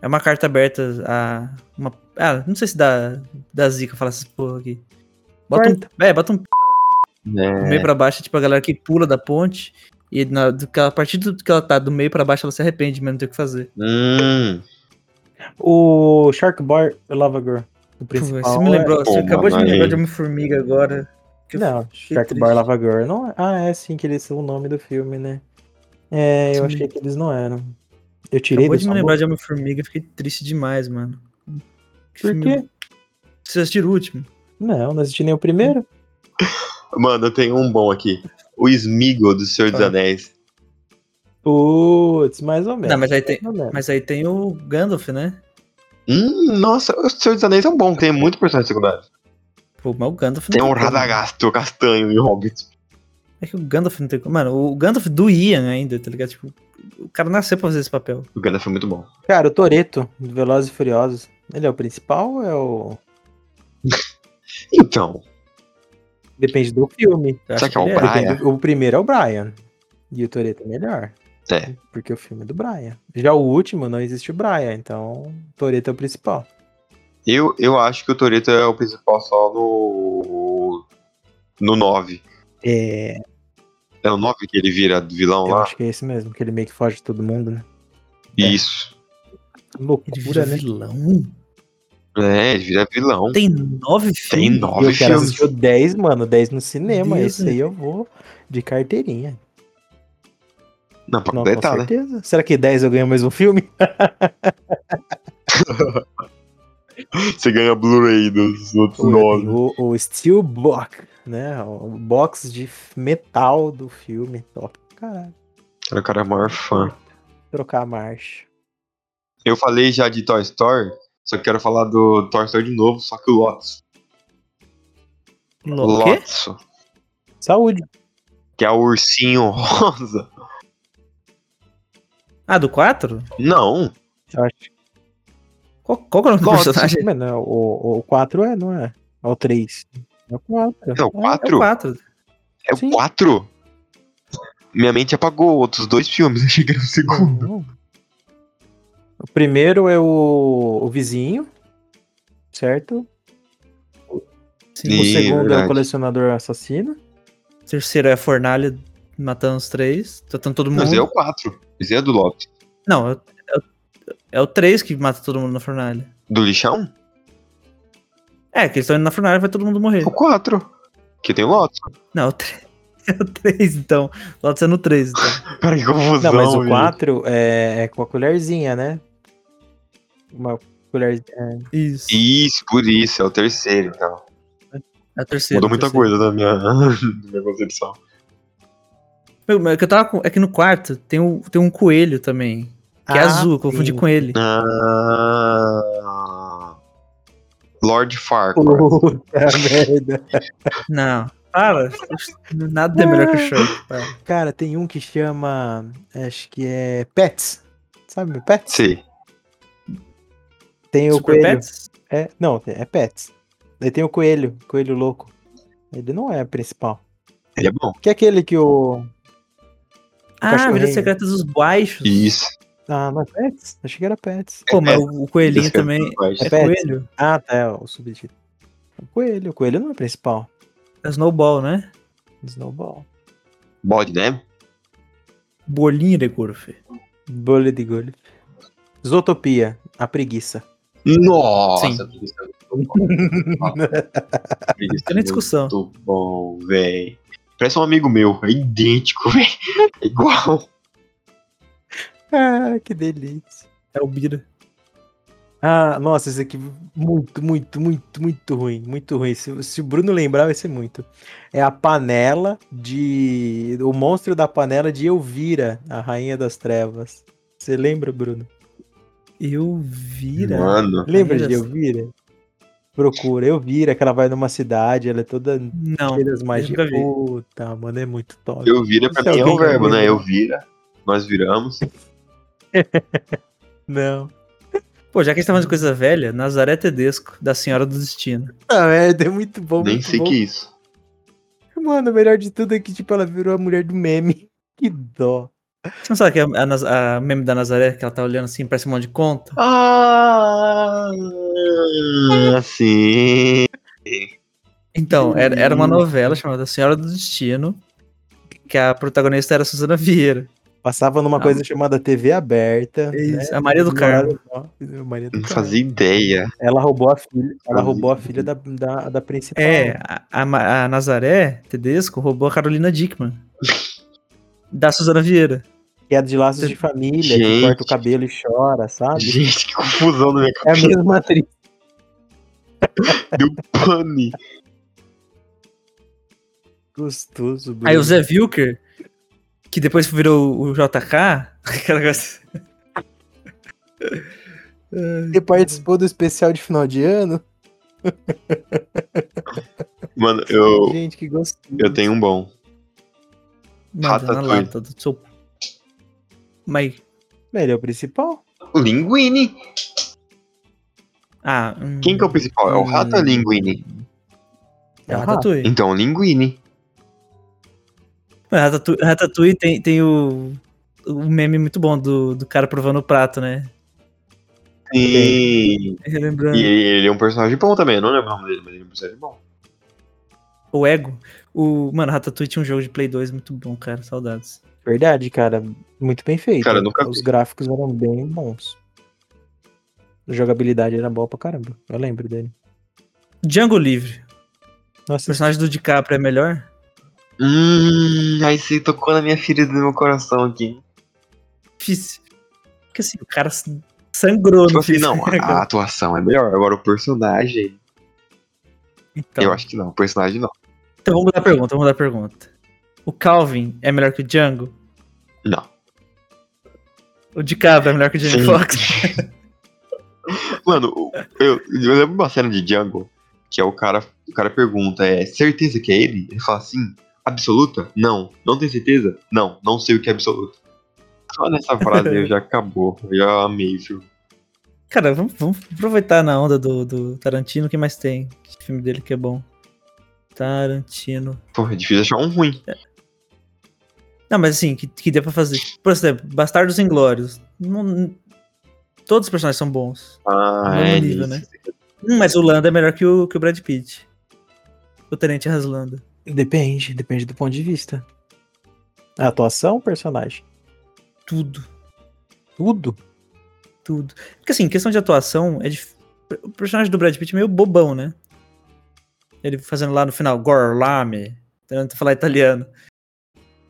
Speaker 1: É uma carta aberta a. Uma, ah, não sei se dá, dá zica falar essas porra aqui. Bota um, é, bota um
Speaker 3: É.
Speaker 2: É.
Speaker 1: é Do meio pra baixo, é, tipo, a galera que pula da ponte. E na, do que ela- a partir do que ela tá do meio pra baixo, ela se arrepende mesmo de ter o que fazer.
Speaker 3: Hum,
Speaker 2: O Shark Boy Lava Girl. O principal.
Speaker 1: Você me lembrou, você
Speaker 3: Pô,
Speaker 1: acabou de
Speaker 3: mano,
Speaker 1: me lembrar
Speaker 3: aí.
Speaker 1: de uma formiga agora.
Speaker 2: é-
Speaker 1: que eu
Speaker 2: Não,
Speaker 1: fiquei
Speaker 2: Shark
Speaker 1: triste.
Speaker 2: Boy Lava Girl. Não... é- Ah, é sim que eles são o nome do filme, né? É, eu
Speaker 1: Sim.
Speaker 2: achei que eles não eram. Eu tirei
Speaker 1: Acabou
Speaker 2: do
Speaker 1: de me
Speaker 2: sabor.
Speaker 1: lembrar de uma formiga, fiquei triste demais, mano. Que
Speaker 2: Por
Speaker 1: filme-
Speaker 2: quê?
Speaker 1: Vocês assistiram o último?
Speaker 2: Não, não assisti nem o primeiro.
Speaker 3: mano, eu tenho um bom aqui. O Smeagol do Senhor dos
Speaker 1: Ah.
Speaker 3: Anéis.
Speaker 2: Putz, mais ou menos.
Speaker 1: mas aí tem-
Speaker 2: mais ou menos.
Speaker 1: Mas aí tem o Gandalf, né?
Speaker 3: Hum, nossa, o Senhor dos Anéis é um bom, tem muito personagem secundário.
Speaker 1: Pô, mas o Gandalf não
Speaker 3: Tem um
Speaker 1: como.
Speaker 3: Radagast, o Castanho e o Hobbit.
Speaker 1: É que o Gandalf não tem como. Mano, o Gandalf do Ian ainda, tá ligado? Tipo, o cara nasceu pra fazer esse papel.
Speaker 3: O Gandalf foi muito bom.
Speaker 2: Cara, o Toreto, do Velozes e Furiosos. Ele é o principal ou é o.
Speaker 3: Então,
Speaker 2: Depende do filme.
Speaker 1: Eu
Speaker 3: Será
Speaker 1: acho
Speaker 3: que é o
Speaker 1: ele
Speaker 3: Brian?
Speaker 2: Depende- O primeiro é o Brian. E o Toreto é melhor.
Speaker 3: É.
Speaker 2: Porque o filme é do Brian. Já o último não existe o Brian, então o Toreto é o principal.
Speaker 3: eu, eu acho que o Toreto é o principal só no. No 9.
Speaker 2: É,
Speaker 3: É o 9 que ele vira vilão
Speaker 2: eu
Speaker 3: lá?
Speaker 2: acho que é esse mesmo, que ele meio que foge de todo mundo, né?
Speaker 3: Isso.
Speaker 1: Ele vira
Speaker 2: Loucura, né?
Speaker 1: vilão?
Speaker 3: É, ele vira vilão.
Speaker 1: Tem nove filmes?
Speaker 3: Tem
Speaker 2: E
Speaker 3: nove
Speaker 2: eu quero
Speaker 3: filmes.
Speaker 2: assistir o 10, mano, 10 no cinema.
Speaker 1: Deus,
Speaker 2: Esse aí eu vou de carteirinha.
Speaker 3: Não, pra
Speaker 2: Não, com
Speaker 3: completar, né?
Speaker 2: certeza. Será que 10 eu ganho mais um filme?
Speaker 3: Você ganha Blu-ray dos outros
Speaker 2: Ou eu tenho
Speaker 3: nove.
Speaker 2: O, o Steel Block, né? O box de metal do filme. Top. Caralho,
Speaker 3: Cara, o cara é o maior fã.
Speaker 2: trocar a marcha.
Speaker 3: Eu falei já de Toy Story, só que quero falar do Toy Story de novo, só que o Lotso.
Speaker 1: Lo- o quê?
Speaker 3: Lotso.
Speaker 2: Saúde.
Speaker 3: Que é o ursinho rosa.
Speaker 1: Ah, do quatro?
Speaker 3: Não.
Speaker 2: Eu acho que
Speaker 1: Qual, qual que é o nome do
Speaker 3: Nossa,
Speaker 1: personagem?
Speaker 2: mas não, o, o 4 é, não é? É o 3. É o 4.
Speaker 3: É o
Speaker 1: É o
Speaker 3: 4?
Speaker 1: quatro.
Speaker 3: É
Speaker 2: Sim.
Speaker 3: o 4? Minha mente apagou outros dois filmes, achei que era o segundo.
Speaker 2: Não. O primeiro é o, o vizinho, certo?
Speaker 1: Sim.
Speaker 2: o
Speaker 3: Ih,
Speaker 2: segundo é o
Speaker 3: verdade.
Speaker 2: colecionador assassino.
Speaker 1: O terceiro é a fornalha matando os três, tratando todo mundo.
Speaker 3: Mas é o 4. Esse é do Lopes.
Speaker 1: Não, é, o- é o três que mata todo mundo na fornalha.
Speaker 3: Do lixão?
Speaker 1: É, que eles estão indo na fornalha e vai todo mundo morrer.
Speaker 3: É O 4. Que tem o Lopes.
Speaker 1: Não, é o 3. É o 3, então. Lá tá sendo 3, então.
Speaker 3: Cara, que
Speaker 2: Não,
Speaker 3: confusão.
Speaker 2: mas o
Speaker 3: gente.
Speaker 2: 4 é, é com a colherzinha, né? Uma
Speaker 1: é
Speaker 2: colherzinha.
Speaker 1: Isso.
Speaker 3: Isso, por isso, é o terceiro, então.
Speaker 1: É o terceiro. o
Speaker 3: Mudou muita
Speaker 1: terceiro.
Speaker 3: coisa da minha, da minha concepção.
Speaker 1: Meu, mas o que eu tava com- é que no quarto tem um, tem um coelho também. Que é
Speaker 2: Ah,
Speaker 1: azul, eu confundi
Speaker 2: sim.
Speaker 1: com ele.
Speaker 3: Ah, Lord Farquaad.
Speaker 2: Puta merda.
Speaker 1: Não. Para. Nada é melhor
Speaker 2: Ah.
Speaker 1: que o show. para.
Speaker 2: Cara, tem um que chama. Acho que é Pets. Sabe, Pets?
Speaker 3: Sim.
Speaker 2: Tem o
Speaker 1: Super
Speaker 2: coelho.
Speaker 1: Pets?
Speaker 2: É, não, é Pets. Daí tem o coelho, coelho louco. Ele não é principal.
Speaker 3: Ele é bom.
Speaker 2: Que é aquele que o.
Speaker 1: Ah,
Speaker 2: cachorrinho.
Speaker 1: Vidas Secretas dos Baixos.
Speaker 3: Isso.
Speaker 2: Ah, não é Pets? Achei que era Pets.
Speaker 1: Pô, mas
Speaker 3: É
Speaker 1: o o coelhinho
Speaker 3: Esse é
Speaker 1: também
Speaker 3: mais.
Speaker 1: é
Speaker 2: Pets.
Speaker 1: coelho.
Speaker 2: Ah, tá, é o subtítulo. O coelho, o coelho não é principal.
Speaker 1: É Snowball, né?
Speaker 2: Snowball.
Speaker 3: Bode, né?
Speaker 1: Bolinho de golfe.
Speaker 2: Bolha de golho. Zootopia, a preguiça.
Speaker 3: Nossa.
Speaker 1: Sim.
Speaker 3: preguiça é muito bom. Nossa, preguiça
Speaker 1: Tem
Speaker 3: é
Speaker 1: nem discussão.
Speaker 3: Muito bom, véi. Parece um amigo meu. É idêntico, véi. É igual.
Speaker 2: Ah, que delícia.
Speaker 1: É o Bira.
Speaker 2: Ah, nossa, esse aqui muito, muito, muito, muito ruim. Muito ruim. Se, se o Bruno lembrar, vai ser muito. É a panela de. O monstro da panela de Elvira, a rainha das trevas. Você lembra, Bruno?
Speaker 1: Eu vira.
Speaker 3: Mano.
Speaker 2: Lembra de
Speaker 1: Rainha das-
Speaker 2: Elvira? Procura, Elvira, que ela vai numa cidade, ela é toda
Speaker 1: Não.
Speaker 2: Cheiras mais de
Speaker 1: nunca vi.
Speaker 2: puta, mano, é muito top.
Speaker 3: Eu vira pra
Speaker 2: Se
Speaker 3: mim é um
Speaker 2: alguém É
Speaker 3: verbo, né?
Speaker 2: vira.
Speaker 3: Eu vira. Nós viramos.
Speaker 2: Não.
Speaker 1: Pô, já que a gente tá falando de coisa velha, Nazaré Tedesco, da Senhora do Destino.
Speaker 2: Ah, merda, é muito bom,
Speaker 3: Nem
Speaker 2: muito
Speaker 3: sei
Speaker 2: bom.
Speaker 3: que é isso.
Speaker 2: Mano, o melhor de tudo é que, tipo, ela virou a mulher do meme. Que dó.
Speaker 1: Você não sabe que a, a Naz- a meme da Nazaré, que ela tá olhando assim, parece um monte de conta?
Speaker 3: Ah, sim. Ah,
Speaker 1: Então, era, era uma novela chamada Senhora do Destino, que a protagonista era a Suzana Vieira.
Speaker 2: Passava numa
Speaker 1: Ah.
Speaker 2: coisa chamada TV aberta.
Speaker 1: Isso, a Maria É, do Carmo.
Speaker 2: Carmo. Maria do
Speaker 3: Não
Speaker 2: Carmo.
Speaker 3: fazia ideia.
Speaker 2: Ela roubou a filha, ela
Speaker 3: Fazia
Speaker 2: roubou a filha da, da, da principal. né?
Speaker 1: É, a, a Ma- a Nazaré Tedesco roubou a Carolina Dickman. da Suzana Vieira.
Speaker 2: Que é de laços de família, que
Speaker 3: Gente.
Speaker 2: corta o cabelo e chora, sabe?
Speaker 3: Gente, que confusão na minha
Speaker 2: É a mesma atriz.
Speaker 3: pane.
Speaker 2: Gostoso, Bruno.
Speaker 1: Aí
Speaker 3: Uhum.
Speaker 1: o Zé Vilker, que depois virou o JK, aquela coisa.
Speaker 2: Você participou do especial de final de ano?
Speaker 3: Mano, eu,
Speaker 2: Gente, que gostoso.
Speaker 3: eu tenho um bom.
Speaker 1: Manda na
Speaker 3: Ratatouille.
Speaker 1: lata do seu. Mas.
Speaker 2: Ele é o principal?
Speaker 3: Linguine.
Speaker 1: Ah. hum,
Speaker 3: Quem que é o principal? É o rato ou é Linguine?
Speaker 1: É
Speaker 2: Ah,
Speaker 1: o Ratatouille.
Speaker 3: Então, Linguine.
Speaker 1: Mas Ratatouille, Ratatouille tem, tem o, o meme muito bom do, do cara provando o prato, né?
Speaker 3: Sim.
Speaker 1: Relembrando.
Speaker 3: E ele é um personagem bom também, eu não lembro o nome dele, mas ele é um personagem bom.
Speaker 1: O Ego. O, mano, Ratatouille tinha um jogo de Play 2 muito bom, cara. Saudades.
Speaker 2: Verdade, cara. Muito bem feito.
Speaker 3: Cara, eu nunca
Speaker 2: Os
Speaker 3: vi.
Speaker 2: gráficos eram bem bons. A jogabilidade era boa pra caramba. Eu lembro dele.
Speaker 1: Django Livre. O
Speaker 2: Nossa,
Speaker 1: personagem do DiCaprio é melhor?
Speaker 3: Hum, aí você tocou na minha ferida do meu coração aqui.
Speaker 1: Difícil. Porque assim, o cara s- sangrou
Speaker 3: Tipo
Speaker 1: no né,
Speaker 3: assim,
Speaker 1: filme.
Speaker 3: não, a atuação é melhor, agora o personagem.
Speaker 1: Então,
Speaker 3: Eu acho que não, o personagem não.
Speaker 1: então vamos mudar a pergunta, vamos mudar a pergunta. O Calvin é melhor que o Django?
Speaker 3: Não.
Speaker 1: O DiCaprio é melhor que o Jamie
Speaker 3: Sim.
Speaker 1: Foxx?
Speaker 3: Mano, o- eu, eu lembro uma cena de Django que é o cara, o cara pergunta, é certeza que é ele? Ele fala assim, absoluta? Não. Não tem certeza? Não, não sei o que é absoluto. Só nessa frase eu já acabou, eu já amei o filme.
Speaker 1: Cara, vamos, vamos aproveitar na onda do, do Tarantino. O que mais tem? Que filme dele que é bom? Tarantino.
Speaker 3: Porra, é difícil achar um ruim.
Speaker 1: Não, mas assim, que, que dê pra fazer. Por exemplo, Bastardos Inglórios. Não- todos os personagens são bons.
Speaker 3: Ah,
Speaker 1: Mesmo
Speaker 3: é
Speaker 1: nível,
Speaker 3: nisso.
Speaker 1: né? Hum, mas o Landa é melhor que o, que o Brad Pitt. O Tenente Raslanda.
Speaker 2: depende. Depende do ponto de vista. A atuação, o personagem.
Speaker 1: Tudo,
Speaker 2: Tudo.
Speaker 1: tudo. Porque assim, questão de atuação, é dif- o personagem do Brad Pitt é meio bobão, né? Ele fazendo lá no final, Gorlame, tentando falar italiano.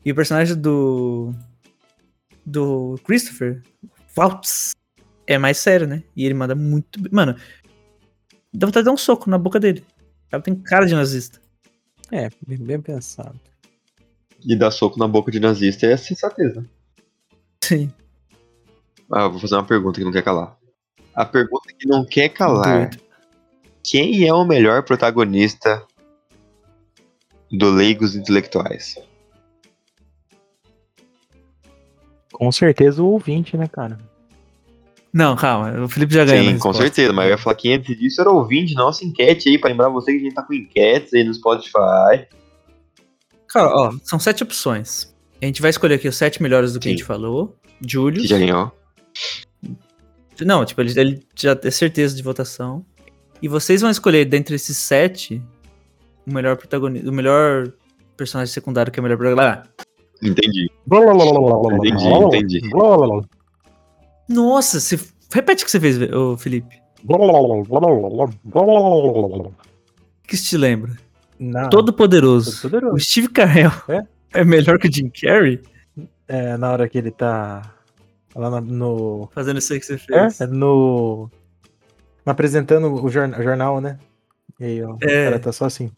Speaker 1: E o personagem do. do Christopher, Waltz, é mais sério, né? E ele manda muito. bem. Mano, dá vontade de dar um soco na boca dele. O cara tem cara de nazista.
Speaker 2: É, bem, bem pensado.
Speaker 3: E dar soco na boca de nazista é sensatez, né?
Speaker 1: Sim.
Speaker 3: Ah, eu vou fazer uma pergunta que não quer calar. A pergunta que não quer calar.
Speaker 1: Doido.
Speaker 3: Quem é o melhor protagonista do Leigos Intelectuais?
Speaker 2: Com certeza o ouvinte, né, cara?
Speaker 1: Não, calma, o Felipe já ganhou.
Speaker 3: Sim,
Speaker 1: na
Speaker 3: com
Speaker 1: resposta.
Speaker 3: certeza, mas é eu ia falar que antes disso era ouvinte da nossa enquete aí, pra lembrar você que a gente tá com enquetes aí no Spotify.
Speaker 1: Cara, ó, são sete opções. A gente vai escolher aqui os sete melhores do que a
Speaker 3: Sim.
Speaker 1: gente falou.
Speaker 3: Que
Speaker 1: Júlio.
Speaker 3: já ganhou.
Speaker 1: Não, tipo, ele, ele já tem certeza de votação. E vocês vão escolher dentre esses sete o melhor protagonista, o melhor personagem secundário que é o melhor protagonista. Ah,
Speaker 3: Entendi.
Speaker 2: Entendi,
Speaker 3: Entendi, entendi.
Speaker 1: nossa, se... repete o que você fez, ô Felipe. O que isso te lembra?
Speaker 2: Não,
Speaker 1: Todo poderoso.
Speaker 2: Ah. Todo-Poderoso.
Speaker 1: O Steve Carell é? melhor que o Jim Carrey?
Speaker 2: é, na hora que ele tá lá na- no.
Speaker 1: Fazendo isso aí que você fez.
Speaker 2: É? No. Apresentando o jornal, jornal né? E aí, ó,
Speaker 1: É.
Speaker 2: o cara tá só assim.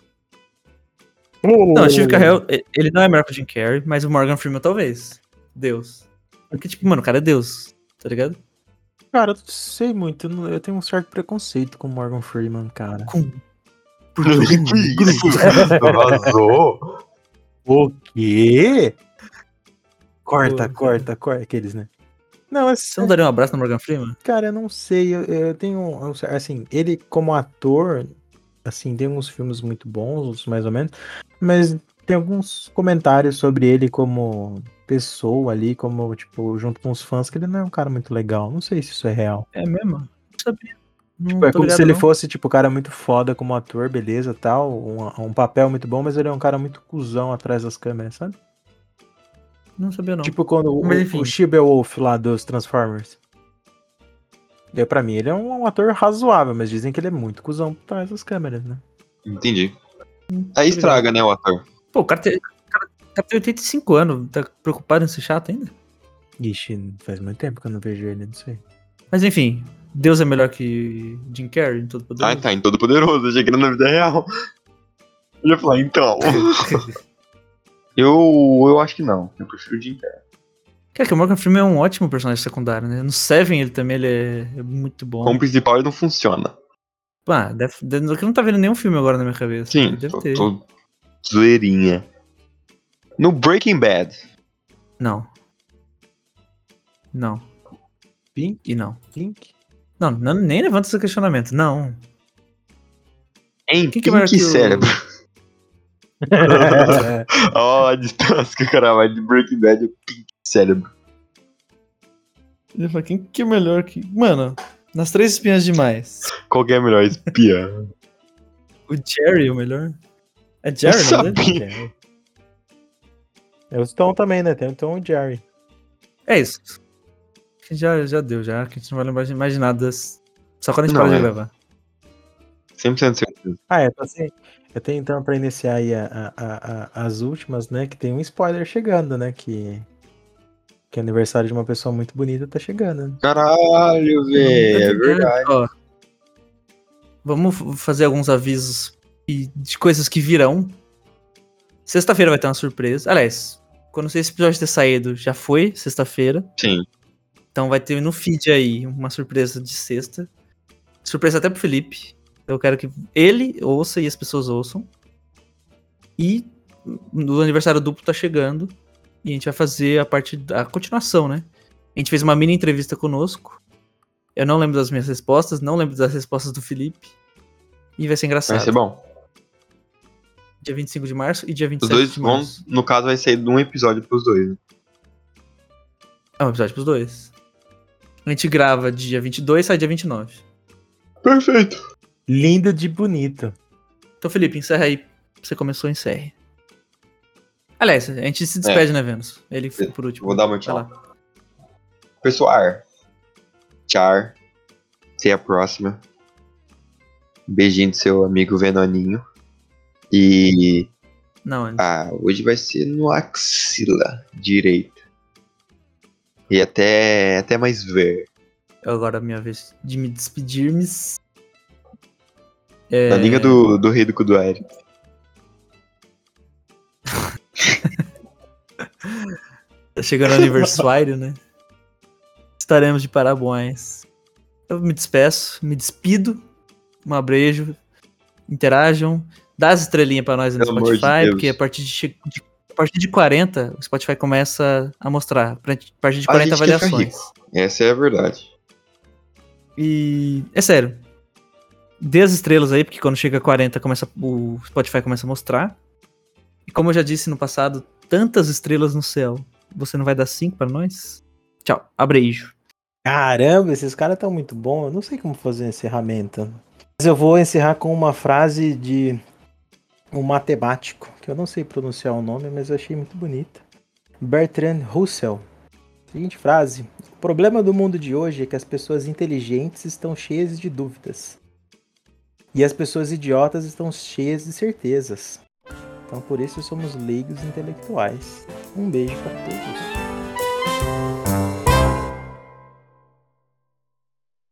Speaker 1: Não, o Steve Carell, e- ele não é melhor que o Jim Carrey, mas o Morgan Freeman talvez. Deus. Porque, tipo, mano, o cara é Deus, tá ligado?
Speaker 2: é um Cara, eu não sei muito. eu não- Eu tenho um certo preconceito com o Morgan Freeman, cara.
Speaker 1: Com... Por
Speaker 3: Que isso? Vazou?
Speaker 2: O quê? Corta,
Speaker 1: Pô.
Speaker 2: corta, corta. Aqueles, né? Não, é
Speaker 1: Você não daria um abraço no Morgan Freeman?
Speaker 2: Cara, eu não sei, eu, eu tenho, um- assim, ele como ator, assim, tem uns filmes muito bons, outros mais ou menos, mas tem alguns comentários sobre ele como pessoa ali, como, tipo, junto com os fãs, que ele não é um cara muito legal, não sei se isso é real.
Speaker 1: É mesmo? Não sabia. Não
Speaker 2: Tipo, é
Speaker 1: tô
Speaker 2: como
Speaker 1: ligado,
Speaker 2: se ele
Speaker 1: não.
Speaker 2: fosse, tipo, um cara muito foda como ator, beleza, tal, um, um papel muito bom, mas ele é um cara muito cuzão atrás das câmeras, sabe?
Speaker 1: Não sabia não.
Speaker 2: Tipo quando o,
Speaker 1: Mas enfim.
Speaker 2: o Shibewolf lá dos Transformers. Daí pra mim ele é um, um ator razoável, mas dizem que ele é muito cuzão por trás das câmeras, né?
Speaker 3: Entendi. Aí estraga, né, o ator.
Speaker 1: Pô, o cara tem, o cara tá com 85 anos, tá preocupado em ser chato ainda?
Speaker 2: Ixi, faz muito tempo que eu não vejo ele, não sei.
Speaker 1: Mas enfim, Deus é melhor que Jim Carrey em todo poder.
Speaker 3: Ah, tá, em Todo Poderoso, achei que era na vida real. Eu ia falar, então. eu, eu acho que não. Eu prefiro o Jim Carrey.
Speaker 1: Cara, que o Morgan Freeman é um ótimo personagem secundário, né? No Seven ele também ele é, é muito bom.
Speaker 3: Como principal ele não funciona.
Speaker 1: Ah, deve, deve, eu não tá vendo nenhum filme agora na minha cabeça.
Speaker 3: Sim,
Speaker 1: Deve
Speaker 3: tô,
Speaker 1: ter.
Speaker 3: tô zoeirinha. No Breaking Bad,
Speaker 1: Não. Não.
Speaker 2: Pink?
Speaker 1: E não.
Speaker 2: Pink?
Speaker 1: Não, não- nem levanta esse questionamento. Não.
Speaker 3: em
Speaker 1: Quem
Speaker 3: que,
Speaker 1: que é maior que o-
Speaker 3: cérebro?
Speaker 2: É,
Speaker 3: Ó, a distância que o cara vai de Breaking Bad ao Pink Cérebro.
Speaker 1: Ele fala, quem que é melhor que. Mano, nas três espinhas demais.
Speaker 3: Qual que é a melhor espia?
Speaker 1: O Jerry, o melhor. É Jerry,
Speaker 3: Eu
Speaker 1: não é? dele?
Speaker 3: sabia.
Speaker 2: Jerry. É o Stone também, né? Tem o Tom e o Jerry.
Speaker 1: É isso. Acho que Já, já deu, já. Que a gente não vai lembrar de mais de nada. das- Só quando a gente
Speaker 3: Não,
Speaker 1: parar de
Speaker 3: é.
Speaker 1: gravar.
Speaker 3: 100% certeza.
Speaker 2: Ah, é, pra ser- eu tenho então pra iniciar aí a- a- a- a- as últimas, né? Que tem um spoiler chegando, né? Que, que o aniversário de uma pessoa muito bonita tá chegando, né?
Speaker 3: Caralho, velho. É verdade.
Speaker 1: Ó, vamos f- fazer alguns avisos e- de coisas que virão. Sexta-feira vai ter uma surpresa. Aliás, quando esse episódio ter saído, já foi sexta-feira.
Speaker 3: Sim.
Speaker 1: Então vai ter no feed aí uma surpresa de sexta. Surpresa até pro Felipe. Eu quero que ele ouça e as pessoas ouçam. E o aniversário duplo tá chegando. E a gente vai fazer a parte da continuação, né? A gente fez uma mini entrevista conosco. Eu não lembro das minhas respostas, não lembro das respostas do Felipe. E vai ser engraçado.
Speaker 3: Vai ser bom.
Speaker 1: Dia 25 de março e dia
Speaker 3: Os
Speaker 1: 27
Speaker 3: dois
Speaker 1: de
Speaker 3: vão,
Speaker 1: março.
Speaker 3: no caso, vai sair de um episódio pros dois. né?
Speaker 1: É um episódio pros dois. A gente grava dia 22 e sai dia 29.
Speaker 3: Perfeito.
Speaker 2: Lindo de bonito.
Speaker 1: Então, Felipe, encerra aí. Você começou, encerre. Aliás, a gente se despede, né, Vênus? Ele foi por último.
Speaker 3: É. Vou dar meu
Speaker 1: Vai
Speaker 3: tchau.
Speaker 1: lá.
Speaker 3: Pessoal, tchau. Até a próxima. Beijinho do seu amigo Venoninho. E.
Speaker 1: Não, antes.
Speaker 3: Ah, hoje vai ser no axila direita. E até, até mais ver.
Speaker 1: agora é a minha vez de me É, despedir me
Speaker 3: Na língua do, do rei do Kuduari.
Speaker 1: Tá chegando o aniversário, né? Estaremos de parabéns. Eu me despeço, me despido. Um abrejo. Interajam. Dá as estrelinhas pra nós no
Speaker 3: Pelo amor de
Speaker 1: Spotify,
Speaker 3: Deus.
Speaker 1: porque a partir de, chi- de- a partir de 40, o Spotify começa a mostrar. A partir de
Speaker 3: A
Speaker 1: 40
Speaker 3: gente quer ficar
Speaker 1: avaliações.
Speaker 3: Essa é a verdade.
Speaker 1: E é sério. Dê as estrelas aí, porque quando chega a 40 começa, o Spotify começa a mostrar. E como eu já disse no passado, tantas estrelas no céu. Você não vai dar 5 pra nós? Tchau, abreijo.
Speaker 2: Caramba, esses caras estão muito bons. Eu não sei como fazer um encerramento. Mas eu vou encerrar com uma frase de um matemático, que eu não sei pronunciar o nome, mas eu achei muito bonita. Bertrand Russell. Seguinte frase: O problema do mundo de hoje é que as pessoas inteligentes estão cheias de dúvidas. E as pessoas idiotas estão cheias de certezas. Então por isso somos leigos intelectuais. Um beijo para todos.